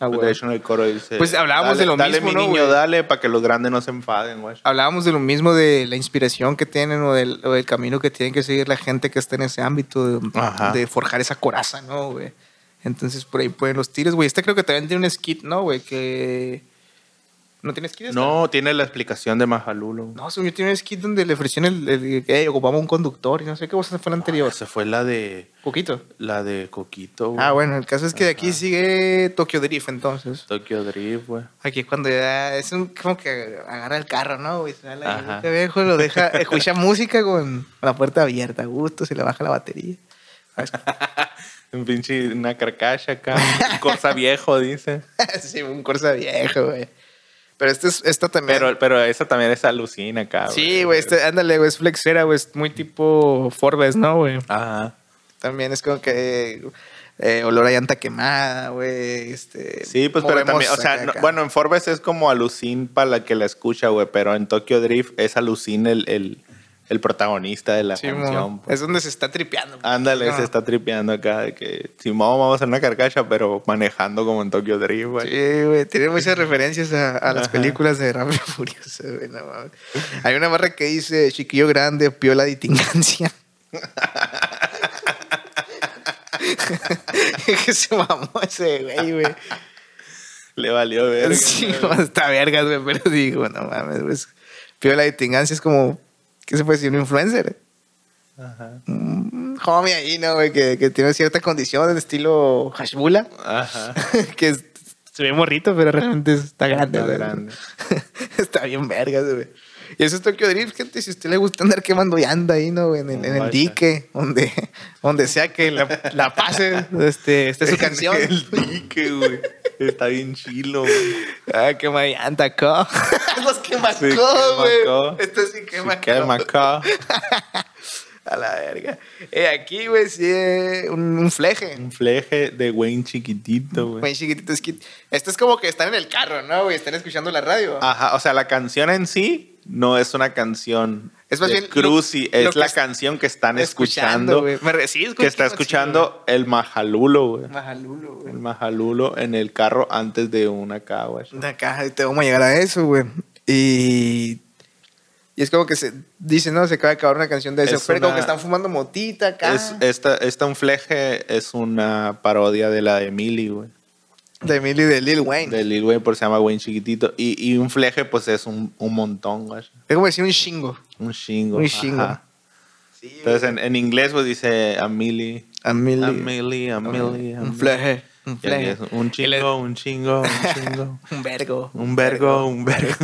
Ah,
Pues,
güey.
de hecho, en el coro dice...
Pues hablábamos
"Dale-
de lo
dale,
mismo,
mi
¿no,
niño,
güey?
dale, para que los grandes no se enfaden, güey.
Hablábamos de lo mismo de la inspiración que tienen o del, o del camino que tienen que seguir la gente que está en ese ámbito de,
Ajá.
de forjar esa coraza, ¿no, güey? Entonces por ahí pueden los tiros, güey. Este creo que también tiene un skit, ¿no, güey? Que. ¿No tiene skit? este?
No, tiene la explicación de Majalulo.
No, según yo tiene un skit donde le ofrecían el. el "Ey, ocupamos un conductor y no sé qué cosa fue el anterior.
Se fue la de...
Coquito.
La de Coquito, güey.
Ah, bueno, el caso es que de aquí
Ajá.
sigue Tokyo Drift, entonces.
Tokyo Drift, güey.
Aquí es cuando ya es un, como que agarra el carro, ¿no? güey? se da la
Ajá.
este viejo, lo deja, escucha música con la puerta abierta, a gusto, se le baja la batería.
Un pinche, una carcacha acá. un Corsa viejo, dice.
sí, un Corsa viejo, güey. Pero este es, esta también.
Pero, ah, pero esa también es alucina acá,
sí, güey, este, ándale, güey, es flexera, güey, es muy tipo Forbes, ¿no, güey?
Ajá.
También es como que eh, olor a llanta quemada, güey, este.
Sí, pues, pero
movemos
también, o sea,
acá,
no-
acá.
bueno, en Forbes es como alucin para la que la escucha, güey, pero en Tokyo Drift es alucin el, el, el protagonista de la
Sí,
canción.
mo,
pues.
es donde se está tripeando. pues.
Ándale,
No.
se está tripeando acá de que Simón vamos a hacer una carcacha, pero manejando como en Tokyo Drift, güey.
Sí, güey, tiene muchas referencias a, a
Pues.
las
Ajá.
películas de Rápido y Furioso, güey, no mames. Hay una barra que dice, chiquillo grande, piola de tingancia. que se mamó ese güey, güey.
Le valió ver.
Sí, hasta vergas, güey, pero digo, no mames, pues, piola de tingancia es como, ¿qué se puede decir? Un influencer.
Ajá.
Un homie ahí, ¿no, güey? Que, que tiene cierta condición del estilo Hashbula,
Ajá.
que es- se ve morrito, pero realmente está grande,
Ah. Está
güey.
grande.
Está bien vergas, güey. Y eso es Tokyo Drift, gente. Si a usted le gusta andar quemando anda ahí, ¿no? güey? En el, en el
Vaya.
dique, donde, donde sea que la, la pase, este, esta es su canción.
El dique, güey. Está bien chilo, güey.
Ah, quema llanta, acá. Los quemacó,
Sí, quema
güey.
co.
Esto sí
Sí,
quema co.
quema acá.
A la verga. Eh, aquí, güey, sí, eh, un, un fleje.
Un fleje de Wayne chiquitito, güey.
Güey, chiquitito, es que- Esto es como que están en el carro, ¿no, güey? Están escuchando la radio.
Ajá, o sea, la canción en sí no es una canción.
Es más
de
bien lo-
Cruci,
lo
es
que
la
es-
canción que están escuchando.
güey. Me re- sí, escucho
que está
chido,
escuchando el majalulo, güey.
güey. Majalulo, güey.
El majalulo en el carro antes de una acá, güey.
De acá, te vamos a llegar a eso, güey. Y. Y es como que se dice, no, se acaba de acabar una eh, canción de
Es
eso. Pero como
una-
que están fumando motita acá.
Es, esta, esta un fleje es una parodia de la de Millie, güey.
De Millie de Lil Wayne.
De Lil Wayne, por se llama Wayne chiquitito. Y, y un fleje, pues es un, un montón, güey.
Es como decir un chingo.
Un chingo.
Un
ajá.
chingo.
Entonces en, en inglés, pues dice a Millie.
A Millie.
A Millie, a Millie. a
Un
Millie.
fleje.
Y
Un
ahí
fleje.
es Un
Y le-
chingo, un chingo, un chingo.
Un vergo.
Un vergo, un vergo.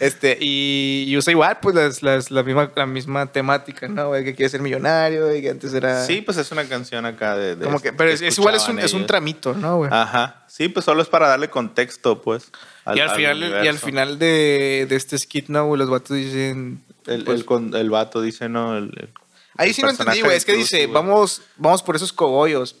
Este, y, y usa igual, pues, las, las, la, misma, la misma temática, ¿no? güey? Que quiere ser millonario y que antes era.
Sí, pues es una canción acá de. de-
Como que, pero es, es igual es un,
escuchaban
es un
ellos.
tramito, ¿no, güey?
Ajá. Sí, pues solo es para darle contexto, pues.
y, al final, y al
universo.
final de, de este skit, ¿no, güey? Los vatos dicen.
El,
pues,
el, con- el vato dice, no. El, el-
ahí
el
sí no
personaje
entendí, güey.
de
Es que
Cruz,
dice,
güey,
vamos, vamos por esos cogollos.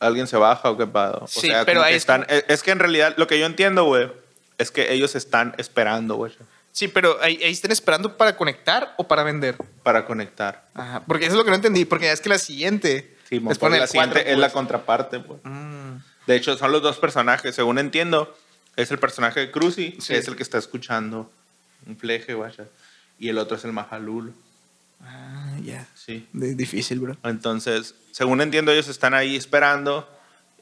Alguien se baja o qué pado. O
Sí,
sea,
pero
pero
ahí
ahí
es
están. Es, es que en realidad lo que yo entiendo, güey, es que ellos están esperando, güey,
Sí, pero ahí, ahí están esperando para conectar o para vender.
para conectar.
Ajá. Porque eso es lo que no entendí. Porque es que la siguiente.
Sí,
les
pues
pone
la
el cuatro,
siguiente es la
pues.
contraparte, pues.
Mm.
De hecho, son los dos personajes, según entiendo. Es el personaje de Cruci,
Sí.
que es el que está escuchando un fleje, güey. Y el otro es el majalulo.
Ah, ya.
Sí.
De- Difícil, bro.
Entonces, según entiendo, ellos están ahí esperando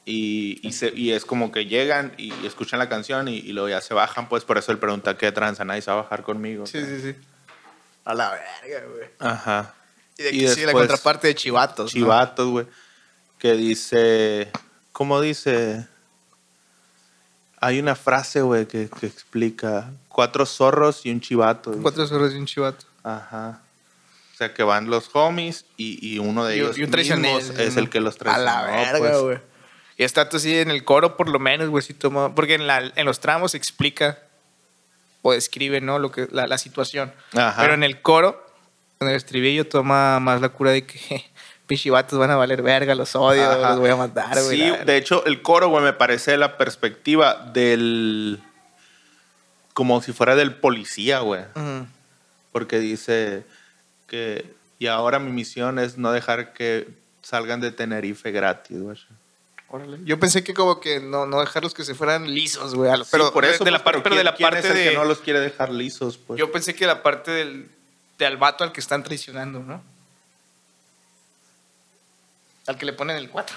y, y se- y es como que llegan y escuchan la canción y, y luego ya se bajan, pues por eso él pregunta, ¿qué tranza? Nadie se va a bajar conmigo.
Sí, sí, sí. A la verga, güey.
Ajá.
Y de
Y
aquí sigue la
después,
contraparte de Chivatos. ¿no?
Chivatos, güey. Que dice, ¿cómo dice? Hay una frase, güey, que, que explica cuatro zorros y un chivato. dice.
Cuatro zorros y un chivato.
Ajá. O sea, que van los homies y, y uno de
Y,
ellos
y un traicionero.
mismos es el que los
trae A
traicionó.
la verga,
pues.
güey. Y está tú sí en el coro, por lo menos, güey, sí toma. Porque en, la, en los tramos explica o describe, ¿no? Lo que, la, la situación.
Ajá.
Pero en el coro, en el estribillo, toma más la cura de que pichivatos van a valer verga, los odio,
Ajá.
los voy a matar,
Sí,
güey. la verga.
de hecho, el coro, güey, me parece la perspectiva del. Como si fuera del policía, güey.
Ujú.
Porque dice que. Y ahora mi misión es no dejar que salgan de Tenerife gratis, güey.
Órale. Yo pensé que como que no, no dejarlos que se fueran lisos, güey. a los-
Sí,
Pero
por eso.
de
pues,
la parte,
pero
pero de
¿quién-
la
quién
parte
es el
de...
que no los quiere dejar lisos, pues.
Yo pensé que la parte del, del vato al que están traicionando, ¿no? Al que le ponen el 4.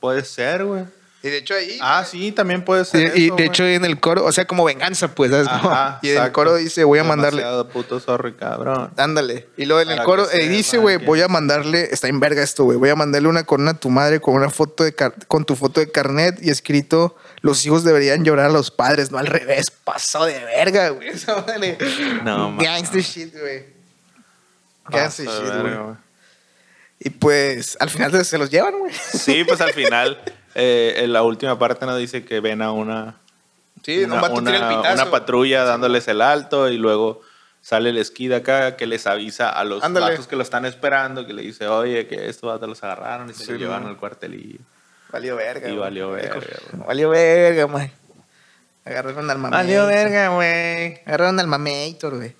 Puede ser, güey.
Y de hecho ahí...
Ah, sí, también puede ser.
y
eso,
de
güey.
hecho en el coro, o sea, como venganza, pues, ¿sabes? cómo?
Ajá,
y en el
exacto.
coro dice, voy a mandarle...
Demasiado puto zorro y cabrón.
Ándale. Y luego en el
Para
coro
que
eh,
sepan
dice, güey,
que-
voy a mandarle, está en verga esto, güey, voy a mandarle una corona a tu madre con una foto de car- con tu foto de carnet y escrito, los hijos deberían llorar a los padres, no al revés, pasó de verga, güey. Esa madre.
No, mames.
Gangster shit, güey. Gangster
Paso Ah, de
shit,
verga,
güey. Y pues al final se los llevan, güey.
Sí, pues al final, eh, en la última parte nos dice que ven a una,
Sí,
una, una- una patrulla dándoles el alto y luego sale el esquí de acá que les avisa a los
Ándale.
vatos que lo están esperando, que le dice, oye, que estos vatos los agarraron y se
Sí,
los llevaron
no.
al cuartelillo.
Valió verga.
Y
güey.
valió verga, güey.
Valió verga, güey. Agarraron al mamator.
Valió verga,
güey. Agarraron al mameitor, güey.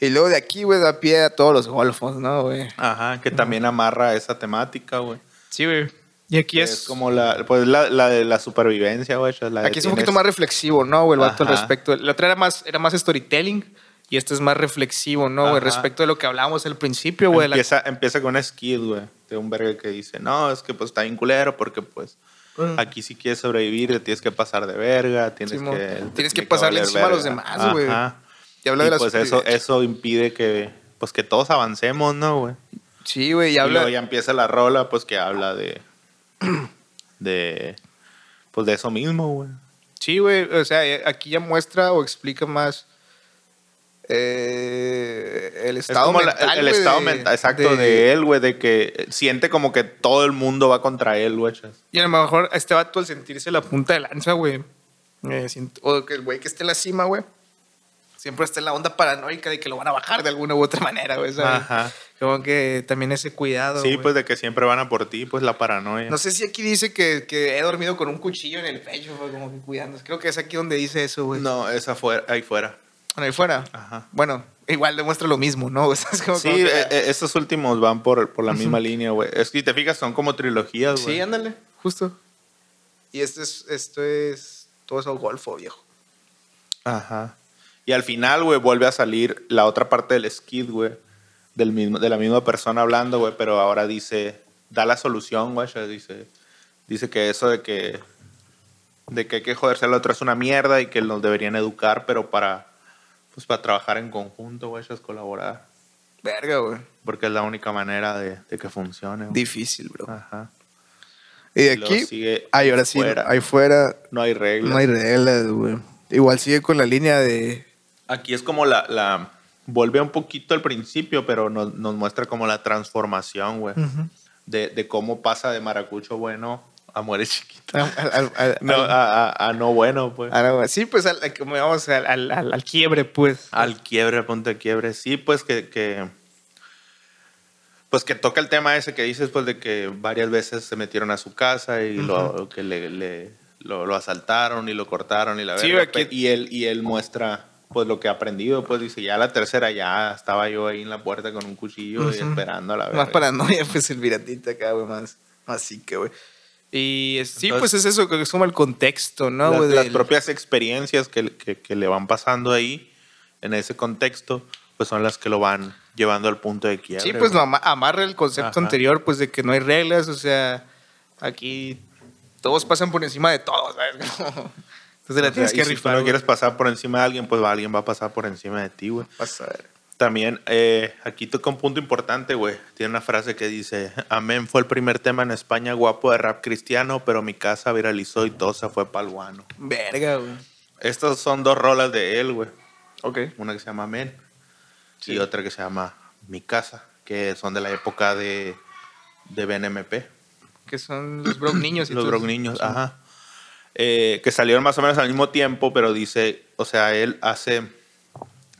Y luego de aquí, güey, da pie a todos los golfos, ¿no, güey?
Ajá, que también amarra esa temática, güey.
Sí, güey. Y aquí
Que Es como la, pues la, la de la supervivencia, güey. esa es la de
Aquí es un
tienes-
poquito más reflexivo, ¿no, güey? El vato al
Ajá.
respecto. La otra era más, era más storytelling y este es más reflexivo, ¿no, güey?
Ajá.
Respecto de lo que hablábamos al principio, güey. de la-
Empieza, empieza con un skid, güey, de un verga que dice, no, es que pues está bien culero porque pues
Mm.
aquí si quieres sobrevivir te tienes que pasar de verga, tienes
Simón.
que...
Tienes
te
que
tiene
pasarle
valer
encima a los
verga.
demás, güey.
Ajá.
Y habla
Y
de las
pues eso, eso impide que, pues que todos avancemos, ¿no, güey?
Sí, güey, y
Y
habla.
luego ya empieza la rola, pues que habla de... de... pues de eso mismo, güey.
Sí, güey, o sea, eh, aquí ya muestra o explica más eh, el
Es
estado
como la-
mental.
el, el
güey,
estado
de-
mental, exacto, de, él, güey, de que siente como que todo el mundo va contra él, güey.
Y a lo mejor este vato al sentirse la punta de lanza, güey. eh, siento- o que el güey que esté en la cima, güey. siempre está en la onda paranoica de que lo van a bajar de alguna u otra manera, güey. ¿sabes?
Ajá.
Como que también ese cuidado.
Sí,
güey.
pues de que siempre van a por ti, pues la paranoia.
No sé si aquí dice que, que he dormido con un cuchillo en el pecho, güey, como que cuidándose. Creo que es aquí donde dice eso, güey.
No, es afuera, ahí fuera.
Bueno, ahí fuera.
Ajá.
Bueno, igual demuestra lo mismo, ¿no? O sea, es como-
Sí,
como que-
eh, eh, estos últimos van por, por la misma línea, güey. Es que si te fijas, son como trilogías, eh, güey.
Sí, ándale, justo. Y esto es, esto es, todo eso golfo, viejo.
Ajá. Y al final, güey, vuelve a salir la otra parte del skit, güey. Del mismo, de la misma persona hablando, güey, pero ahora dice, da la solución, güey. ya Dice, dice que eso de que, de que hay que joderse al otro es una mierda y que nos deberían educar, pero para, pues, para trabajar en conjunto, güey, ya es colaborar.
Verga, güey.
Porque es la única manera de, de que funcione. güey.
Difícil, bro.
Ajá.
Y de
Y luego
aquí,
sigue
ay, ahora sí,
fuera.
ahí fuera
No hay reglas.
no hay reglas, güey. Igual sigue con la línea de
Aquí es como la, la vuelve un poquito al principio, pero nos, nos muestra como la transformación, güey. de, de cómo pasa de maracucho bueno a muere chiquita.
al- al- al-
No, ah.
al-
a, a- a no bueno, pues.
a la-
Sí, pues, al, al- como vamos al, al- al- al quiebre, pues.
Al quiebre, ponte al quiebre. Sí, pues que, que- Pues que toca el tema ese que dices, pues de que varias veces se metieron a su casa y lo, que le, le- lo, lo asaltaron y lo cortaron y la
Sí,
verga,
aquí-
pe- Y él, y él muestra pues lo que ha aprendido, pues dice, ya la tercera ya estaba yo ahí en la puerta con un cuchillo y
Ujú.
esperando a la verga.
más paranoia, pues el piratita acá, güey, más, más sí que, güey.
Y es- sí,
Entonces-
pues es eso, que suma el contexto, ¿no?
las,
güey?
las
Del-
propias experiencias que, que- que le van pasando ahí, en ese contexto, pues son las que lo van llevando al punto de quiebre.
Sí, pues lo
güey.
ama- amarra el concepto
Ajá.
anterior, pues de que no hay reglas, o sea, aquí todos pasan por encima de todos, ¿sabes? Como- Entonces la
O sea,
tienes
y
que
si tú
rifar.
no
güey.
quieres pasar por encima de alguien, pues va- alguien va a pasar por encima de ti, güey.
Vas a ver.
También eh, aquí toca un punto importante, güey. Tiene una frase que dice, Amén fue el primer tema en España guapo de rap cristiano, pero mi casa viralizó y tosa fue palguano.
Verga, güey.
Estas son dos rolas de él, güey.
Ok.
Una que se llama Men
Sí.
y otra que se llama Mi Casa, que son de la época de, de BNMP,
Que son los Brock niños y
los
todo
Brock
eso.
Niños, ajá. Eh, que salieron más o menos al mismo tiempo, pero dice, o sea, él hace,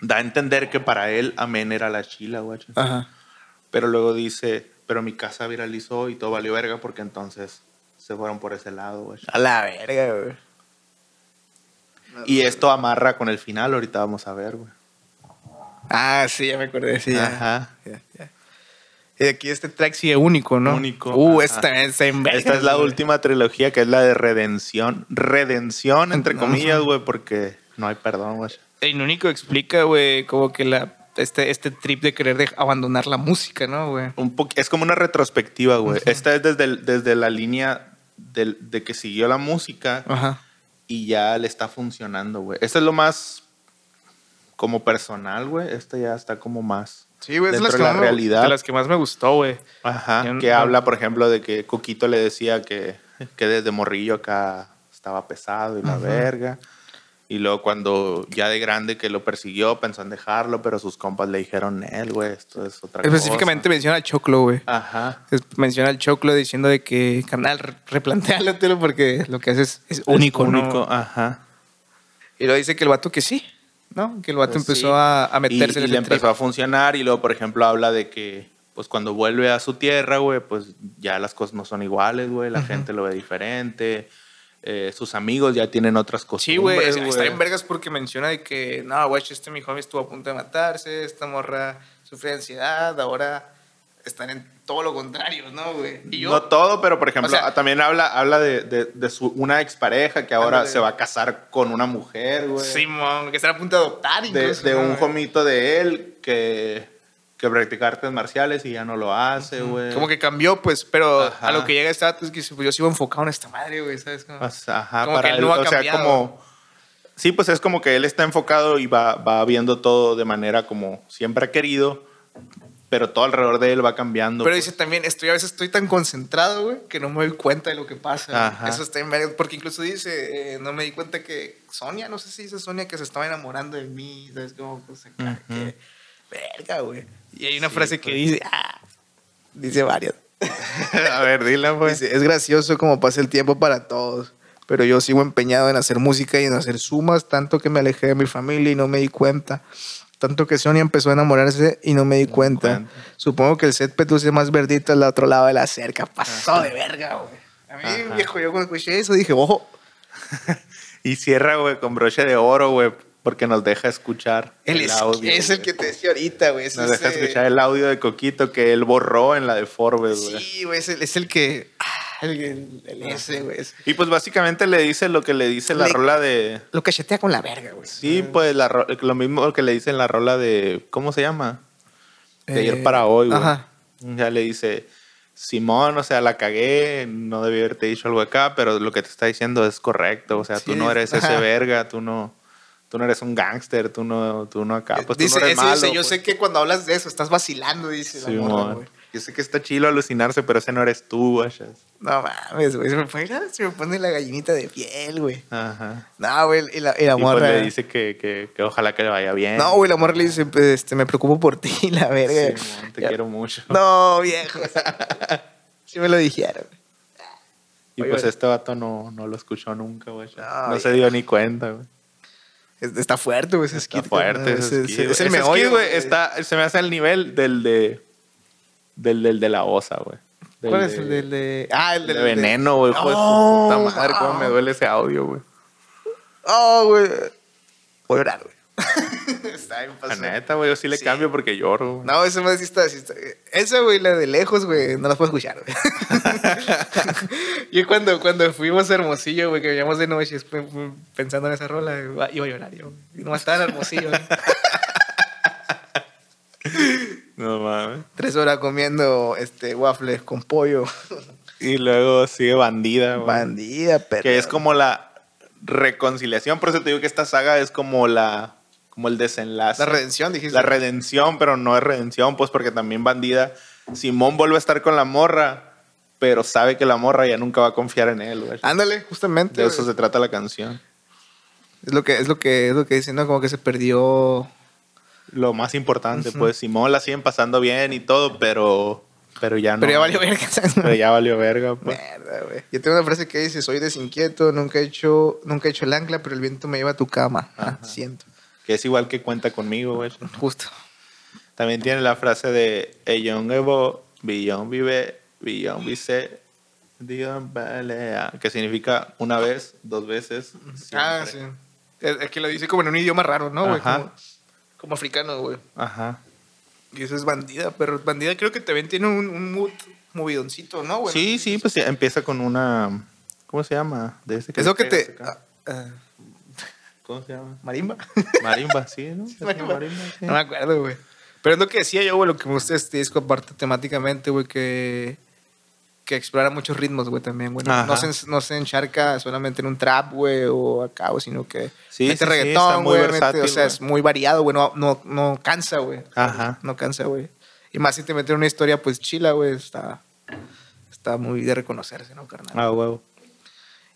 da a entender que para él Amén era la chila, güey.
Ajá.
Pero luego dice, pero mi casa viralizó y todo valió verga porque entonces se fueron por ese lado, güey.
A la verga, güey.
Y esto amarra con el final, ahorita vamos a ver, güey.
Ah, sí, ya me acordé, sí, ya.
Ajá.
Ya, ya.
Y aquí este track sí es único, ¿no?
Único,
Uh,
ajá.
esta también está en verga,
Esta es la
güey.
última trilogía que es la de redención. Redención, entre
No.
comillas, güey, porque no hay perdón, güey.
En único explica, güey, como que la, este, este trip de querer de- abandonar la música, ¿no, güey?
Un poqu- es como una retrospectiva, güey. Esta es desde, el- desde la línea del- de que siguió la música
Ajá.
y ya le está funcionando, güey. Esta es lo más como personal, güey. Esta ya está como más
Sí, güey, es de
dentro
Pues las,
de
que
la
más me-
realidad.
de las que más me gustó, güey.
Ajá,
Yo no-
que habla, por ejemplo, de que Coquito le decía que, que desde morrillo acá estaba pesado y la verga. Y luego cuando ya de grande que lo persiguió, pensó en dejarlo, pero sus compas le dijeron, él, güey, esto es otra cosa.
Específicamente menciona al Choclo, güey.
Ajá.
Es- Menciona al Choclo diciendo de que, carnal, re- replantéalatelo porque lo que haces es único,
Es
¿no?
único, ajá.
Y luego dice que el vato que sí, ¿no? Que el vato
Pues sí.
empezó a, a
Y,
meterse
y
en
le
el trip.
empezó a funcionar y luego, por ejemplo, habla de que, pues cuando vuelve a su tierra, güey, pues ya las cosas no son iguales, güey, la gente lo ve diferente, eh, sus amigos ya tienen otras cosas.
Sí, güey, es- está en vergas porque menciona de que, no, güey, este mi homie estuvo a punto de matarse, esta morra sufre de ansiedad, ahora están en todo lo contrario, ¿no, güey? Y yo,
No todo, pero por ejemplo, ah,
O sea-
también habla, habla de, de- de su, una expareja que ahora
Ándale.
se va a casar con una mujer, güey.
Simón, que están a punto de adoptar
de,
incluso,
de
¿no,
un
güey?
jomito de él que, que practica artes marciales y ya no lo hace, güey.
Como que cambió, pues, pero
eh. Ajá.
a lo que llega esta es que pues, yo sigo enfocado en esta madre, güey, ¿sabes? Como-
O sea, Ajá,
como
para
que él
él,
no ha
o sea,
cambiado.
como... Sí, pues es como que él está enfocado y va, va viendo todo de manera como siempre ha querido, pero todo alrededor de él va cambiando.
Pero
pues.
dice también, estoy, a veces estoy tan concentrado, güey, que no me doy cuenta de lo que pasa.
Ajá.
Eso está en verga, porque incluso dice, eh, no me di cuenta que Sonia, no sé si dice Sonia, que se estaba enamorando de mí, ¿sabes? Como, pues, acá, que, verga, güey. Y hay una
Sí,
frase que
pues.
dice, ah,
Dice varias.
a ver, dila, pues.
Dice, es gracioso como pasa el tiempo para todos.
pero yo sigo empeñado en hacer música y en hacer sumas, tanto que me alejé de mi familia y no me di cuenta. Tanto que Sony empezó a enamorarse y no me di cuenta.
cuenta.
Supongo que el set luce más verdito al otro lado de la cerca. Pasó de verga, güey. A mí,
Ajá.
viejo, yo cuando escuché eso dije, ojo,
Y cierra, güey, con broche de oro, güey, porque nos deja escuchar
él
el,
es,
audio.
es el
güey.
que te decía ahorita, güey. es
Nos deja
ese-
escuchar el audio de Coquito que él borró en la de Forbes, güey.
Sí, güey, es el, es el que... ah, El, el- el ese, güey. es-
Y pues básicamente le dice lo que le dice la
Le-
rola de.
Lo cachetea con la verga, güey.
Sí, pues la ro- lo mismo que le dice en la rola de. ¿Cómo se llama? De ayer
Eh,
para hoy, güey.
ajá.
Ya le dice. Simón, o sea, la cagué, no debí haberte dicho algo acá, pero lo que te está diciendo es correcto, o sea, tú
Sí,
no eres ese
ajá.
verga, tú no, tú no eres un gángster, tú no, tú no acá, pues
Eh, dice,
tú no eres
ese
malo.
dice, yo
pues".
sé que cuando hablas de eso estás vacilando, dice la morra,
Simón.
güey.
Yo sé que está chilo alucinarse, pero ese no eres tú, guachas.
No mames, güey. Se me pone, se me pone la gallinita de piel, güey.
Ajá.
No, güey, y la, y la
Y pues
morra.
le dice "Eh". que, que, que ojalá que le vaya bien.
no, güey, la morra le dice, pues, este, me preocupo por ti, la verga.
Simón, te
Ya-
quiero mucho.
No, viejo. sí me lo dijeron.
Y
Oye,
pues
oye.
este vato no, no lo escuchó nunca, güey. No,
No,
se dio ni cuenta, güey.
Es- Está fuerte, güey, ese
Está
skit.
fuerte
carnal,
ese
ese-
skid,
ese-
güey.
Es el
Ese skid,
meollo,
güey. Está, se me hace al nivel del de. Del, del de la osa, güey. Del
¿Cuál
de-
es el del de...? Ah, el
del de
del... del-
veneno, güey. hijo de su
No,
puta madre, cómo
wow.
me duele ese audio, güey.
Oh, güey. Voy a llorar, güey. está bien
La
pasado.
neta, güey, yo sí le
Sí.
cambio porque lloro, güey.
No, esa más sí está, sí está- Esa, güey, la de lejos, güey, no la puedo escuchar, güey. Yo cuando, cuando fuimos a Hermosillo, güey, que veníamos de noche esp- pensando en esa rola, güey, iba- iba a llorar yo. güey. Y nomás estaba en Hermosillo, güey.
No mames.
Tres horas comiendo este, waffles con pollo.
Y luego sigue Bandida, güey.
Bandida, pero...
que es como la reconciliación. Por eso te digo que esta saga es como la. como el desenlace.
La redención, dijiste.
La redención, pero no es redención, pues porque también bandida. Simón vuelve a estar con la morra, pero sabe que la morra ya nunca va a confiar en él, güey.
Ándale, justamente.
De eso
güey.
se trata la canción.
Es lo que, es lo que, es lo que dicen, ¿no? Como que se perdió...
Lo más importante, pues Simón la siguen pasando bien y todo, pero, pero ya Ah, no.
Pero ya valió verga, ¿sabes?
Pero ya valió verga, pues.
Mierda, güey. Yo tengo una frase que dice, soy desinquieto, nunca he hecho, nunca he hecho el ancla, pero el viento me lleva a tu cama. Ah, siento.
Que es igual que cuenta conmigo, güey.
Justo.
También tiene la frase de Eyon Evo, Billón vive, Billón vice, Dion pelea. Que significa una vez, dos veces.
Ah, sí.
siempre.
Es, es que lo dice como en un idioma raro, ¿no, güey?
Ajá.
Como, como africano, güey.
Ajá.
Y eso es bandida, Ah, pero bandida creo que también tiene un, un mood movidoncito, ¿no, güey?
Sí, sí, pues sí, empieza con una. ¿Cómo se llama? De ese
Es lo
le
que
pegas
te...
acá.
ah,
¿Cómo se llama?
ah, marimba.
Marimba, sí, ¿no? Es
Marimba.
marimba, sí.
No me acuerdo, güey. Pero es lo que decía yo, güey, lo que me gusta de este disco, aparte temáticamente, güey, que, que explora muchos ritmos, güey, también, güey. No,
Ajá.
no se, no se encharca solamente en un trap, güey, o acá, güey, sino que
Sí, sí,
mete
sí,
reggaetón,
está muy
güey, mete-
versátil,
o sea, es muy variado, güey, no, no, no cansa, güey.
Ajá.
No cansa, güey. Y más si te meten una historia, pues chila, güey, está, está muy de reconocerse, ¿no, carnal?
Ah, huevo.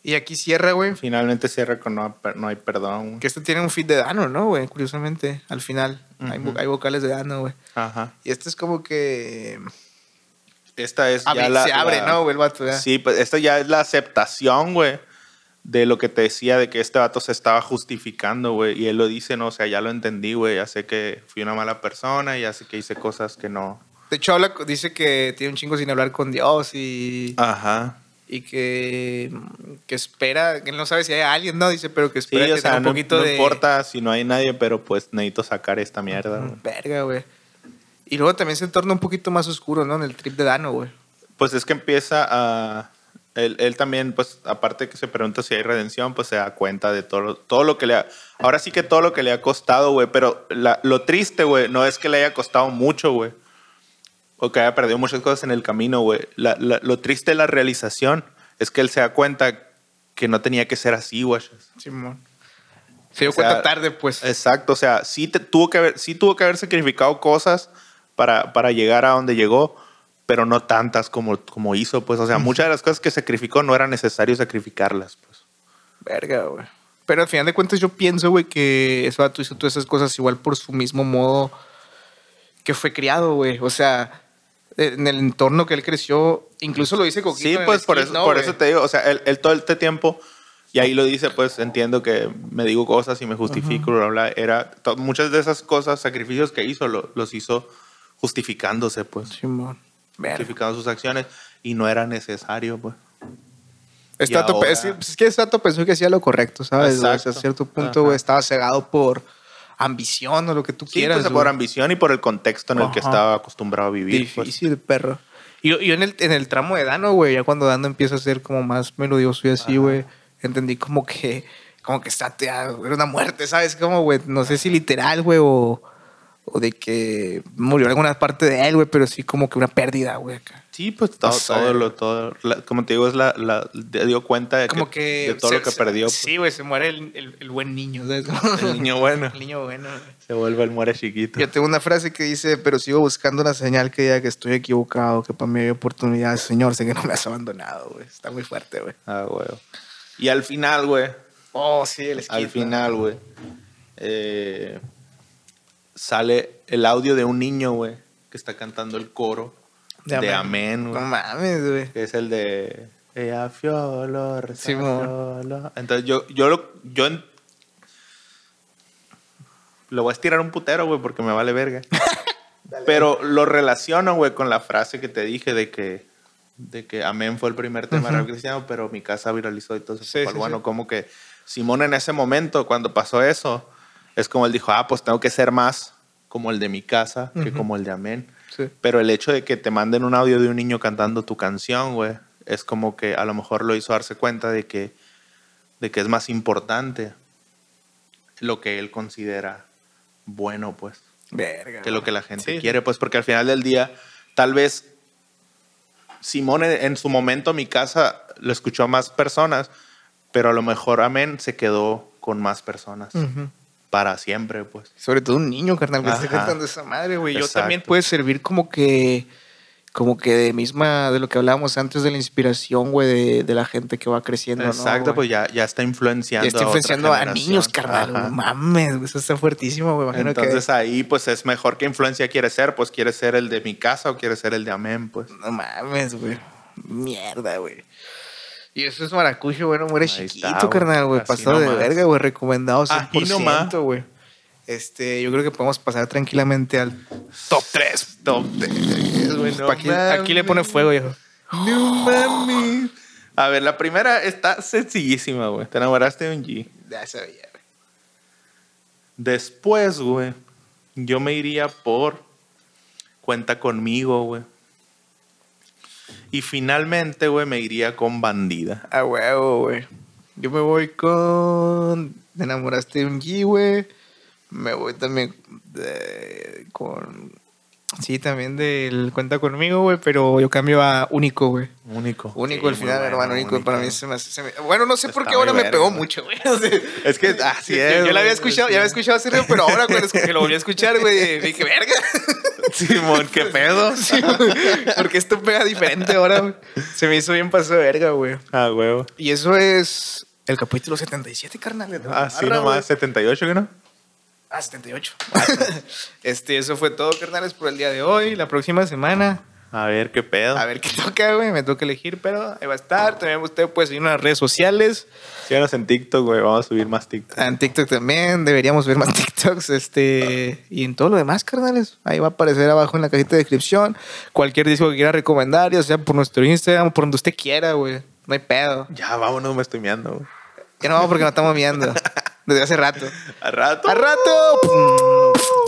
Y aquí cierra, güey,
Finalmente cierra con No, per- no hay perdón.
que este tiene un feed de Dano, ¿no, güey? Curiosamente, al final. hay, vo-
Ujú.
hay vocales de Dano, güey.
Ajá.
Y este es como que.
Esta es
abre-
ya la.
se abre,
la-
¿no, güey? El vato, ya.
Sí, pues esta ya es la aceptación, güey, de lo que te decía de que este vato se estaba justificando, güey, y él lo dice, no, o sea, ya lo entendí, güey, ya sé que fui una mala persona, ya sé que hice cosas que no.
De hecho, habla, dice que tiene un chingo sin hablar con Dios y,
Ajá.
y que, que espera, ah, que él no sabe si hay alguien, ¿no? Dice, pero que
Sí,
espera que
o sea,
tenga un
no,
poquito
no
de.
importa si no hay nadie, pero pues necesito sacar esta mierda, güey.
Verga, güey. Y luego también se torna un poquito más oscuro, ¿no? En el trip de Dano, güey.
Pues es que empieza a... Él, él también, pues, aparte que se pregunta si hay redención, pues se da cuenta de todo, lo- todo lo que le ha... Ahora sí que todo lo que le ha costado, güey, pero la- lo triste, güey, no es que le haya costado mucho, güey. O que haya perdido muchas cosas en el camino, güey. La- la- lo triste de la realización es que él se da cuenta que no tenía que ser así, güey.
Simón. Se dio
O sea,
cuenta tarde, pues.
Exacto, o sea, sí, te, tuvo, que haber, sí tuvo que haber sacrificado cosas para, para llegar a donde llegó, pero no tantas como, como hizo, pues, o sea, muchas de las cosas que sacrificó no era necesario sacrificarlas, pues.
Verga, güey. Pero al final de cuentas yo pienso, güey, que ese vato hizo todas esas cosas igual por su mismo modo que fue criado, güey. O sea, en el entorno que él creció, incluso lo dice Coquito.
Sí,
en el
pues por
skit,
eso,
¿no,
por
güey?
eso te digo, o sea, él, él todo este tiempo Y ahí lo dice, pues entiendo que me digo cosas y me justifico, bla, bla. Era, to- muchas de esas cosas, sacrificios que hizo, lo- los hizo justificándose, pues.
Simón. Verga.
Justificando sus acciones y no era necesario, pues.
Este vato
ahora-
pe- es, que- es que este vato pensó que hacía lo correcto, ¿sabes? güey? O sea,
Exacto.
a cierto punto, güey,
Ajá.
estaba cegado por ambición o lo que tú
Sí,
quieras.
pues,
güey.
por ambición y por el contexto en el que
Ajá.
estaba acostumbrado a vivir. pues.
Difícil, perro. Yo, yo en, el, en el tramo de Dano, güey, ya cuando Dano empieza a ser como más melodioso y así, güey, entendí como que, como que está, era una muerte, ¿sabes? Como, güey, no sé si literal, güey, o, o de que murió alguna parte de él, güey, pero sí como que una pérdida, güey. acá.
Sí, pues todo,
Pasó,
todo
güey.
lo, todo, la- como te digo, es la, la- te dio cuenta de,
Como
que- de
que...
todo
se-
lo que
se-
perdió. pues.
Sí, güey, se muere el, el- el buen niño, ¿sabes?
El niño bueno
El niño bueno. güey.
se vuelve el muere chiquito.
Yo tengo una frase que dice, pero sigo buscando una señal que diga que estoy equivocado, que para mí hay oportunidades, Señor, sé que no me has abandonado, güey. Está muy fuerte, güey.
Ah, güey. Y al final, güey.
Oh, sí, el
Al final, güey. eh, sale el audio de un niño, güey, que está cantando el coro de, Amén,
No
güey.
mames, güey.
que es el de ella fiolo, reza
Sí, mo.
fiolo. Entonces yo yo lo yo en- lo voy a estirar un putero, güey, porque me vale verga. Pero lo relaciono, güey, con la frase que te dije de que de que Amén fue el primer tema de rap cristiano, pero mi casa viralizó y todo eso.
Sí,
fue
sí,
al bueno,
sí.
como que Simón en ese momento, cuando pasó eso, es como él dijo, ah, pues tengo que ser más como el de mi casa que
Ujú.
como el de Amén.
Sí.
Pero el hecho de que te manden un audio de un niño cantando tu canción, güey, es como que a lo mejor lo hizo darse cuenta de que, de que es más importante lo que él considera bueno, pues,
Verga.
que lo que la gente
Sí.
quiere, pues, porque al final del día, tal vez Simón en, en su momento, mi casa, lo escuchó a más personas, pero a lo mejor Amén se quedó con más personas
Ujú.
para siempre, pues.
Sobre todo un niño, carnal, que está
Ajá.
cantando esa madre, güey. Yo
Exacto.
también puede servir como que. Como que de misma. De lo que hablábamos antes de la inspiración, güey, de, de la gente que va creciendo, ¿no,
Exacto,
güey?
pues ya, ya está influenciando.
Ya está
a otra
influenciando a,
generación.
niños, carnal.
Ajá.
güey. Mames, güey, eso está fuertísimo, güey. Imagino
Entonces ahí pues es mejor qué influencia quiere ser, pues quiere ser el de mi casa o quiere ser el de Amén, pues.
que. No mames, güey. Mierda, güey. Y eso es maracucho, bueno, muere
Ahí
chiquito,
está, güey.
carnal, güey.
Así
Pasado de
nomás.
verga, güey. Recomendado
Ahí
100%,
nomás.
güey. Este, yo creo que podemos pasar tranquilamente al
Top 3, top 3.
aquí, aquí le pone fuego, hijo.
No mames. A ver, la primera está sencillísima, güey. Te enamoraste de un G.
Ya sabía, güey.
Después, güey, yo me iría por Cuenta conmigo, güey. Y finalmente, güey, me iría con Bandida.
A huevo, güey. Yo me voy con. Te enamoraste de un G, güey. Me voy también de- eh, con. Sí, también del Cuenta conmigo, güey, pero yo cambio a único, güey.
Único.
Único
Sí,
al
muy
final,
bueno,
hermano, único. Para mí se me hace. se me- Bueno, no sé por
Está
qué ahora
muy
me
verga,
pegó
güey.
mucho, güey. O sea,
Es que así
yo-
es.
Yo, la
güey.
había escuchado, ya había escuchado hace rato, pero ahora cuando escu- que lo volví a escuchar, güey, dije, verga.
Simón, qué pedo.
Sí, güey, porque esto pega diferente ahora, güey. Se me hizo bien paso de verga, güey.
Ah, huevo.
Y eso es el capítulo 77, carnal. de la
Así
barra,
Ah, nomás,
güey.
78, ¿qué no?
Ah, 78. este, eso fue todo, carnales, por el día de hoy. La próxima semana,
A ver qué pedo.
a ver qué toca, güey. Me toca elegir, pero ahí va a estar. También usted puede seguirnos en las redes sociales.
Síganos en TikTok, güey. Vamos a subir más TikTok.
En TikTok también. Deberíamos ver más TikToks. Este, y en todo lo demás, carnales. Ahí va a aparecer abajo en la cajita de descripción. Cualquier disco que quiera recomendar, ya sea por nuestro Instagram, por donde usted quiera, güey. No hay pedo.
Ya, vámonos, me estoy meando. güey.
Ya no vamos porque nos estamos viendo. Desde hace rato.
A rato.
¡A rato!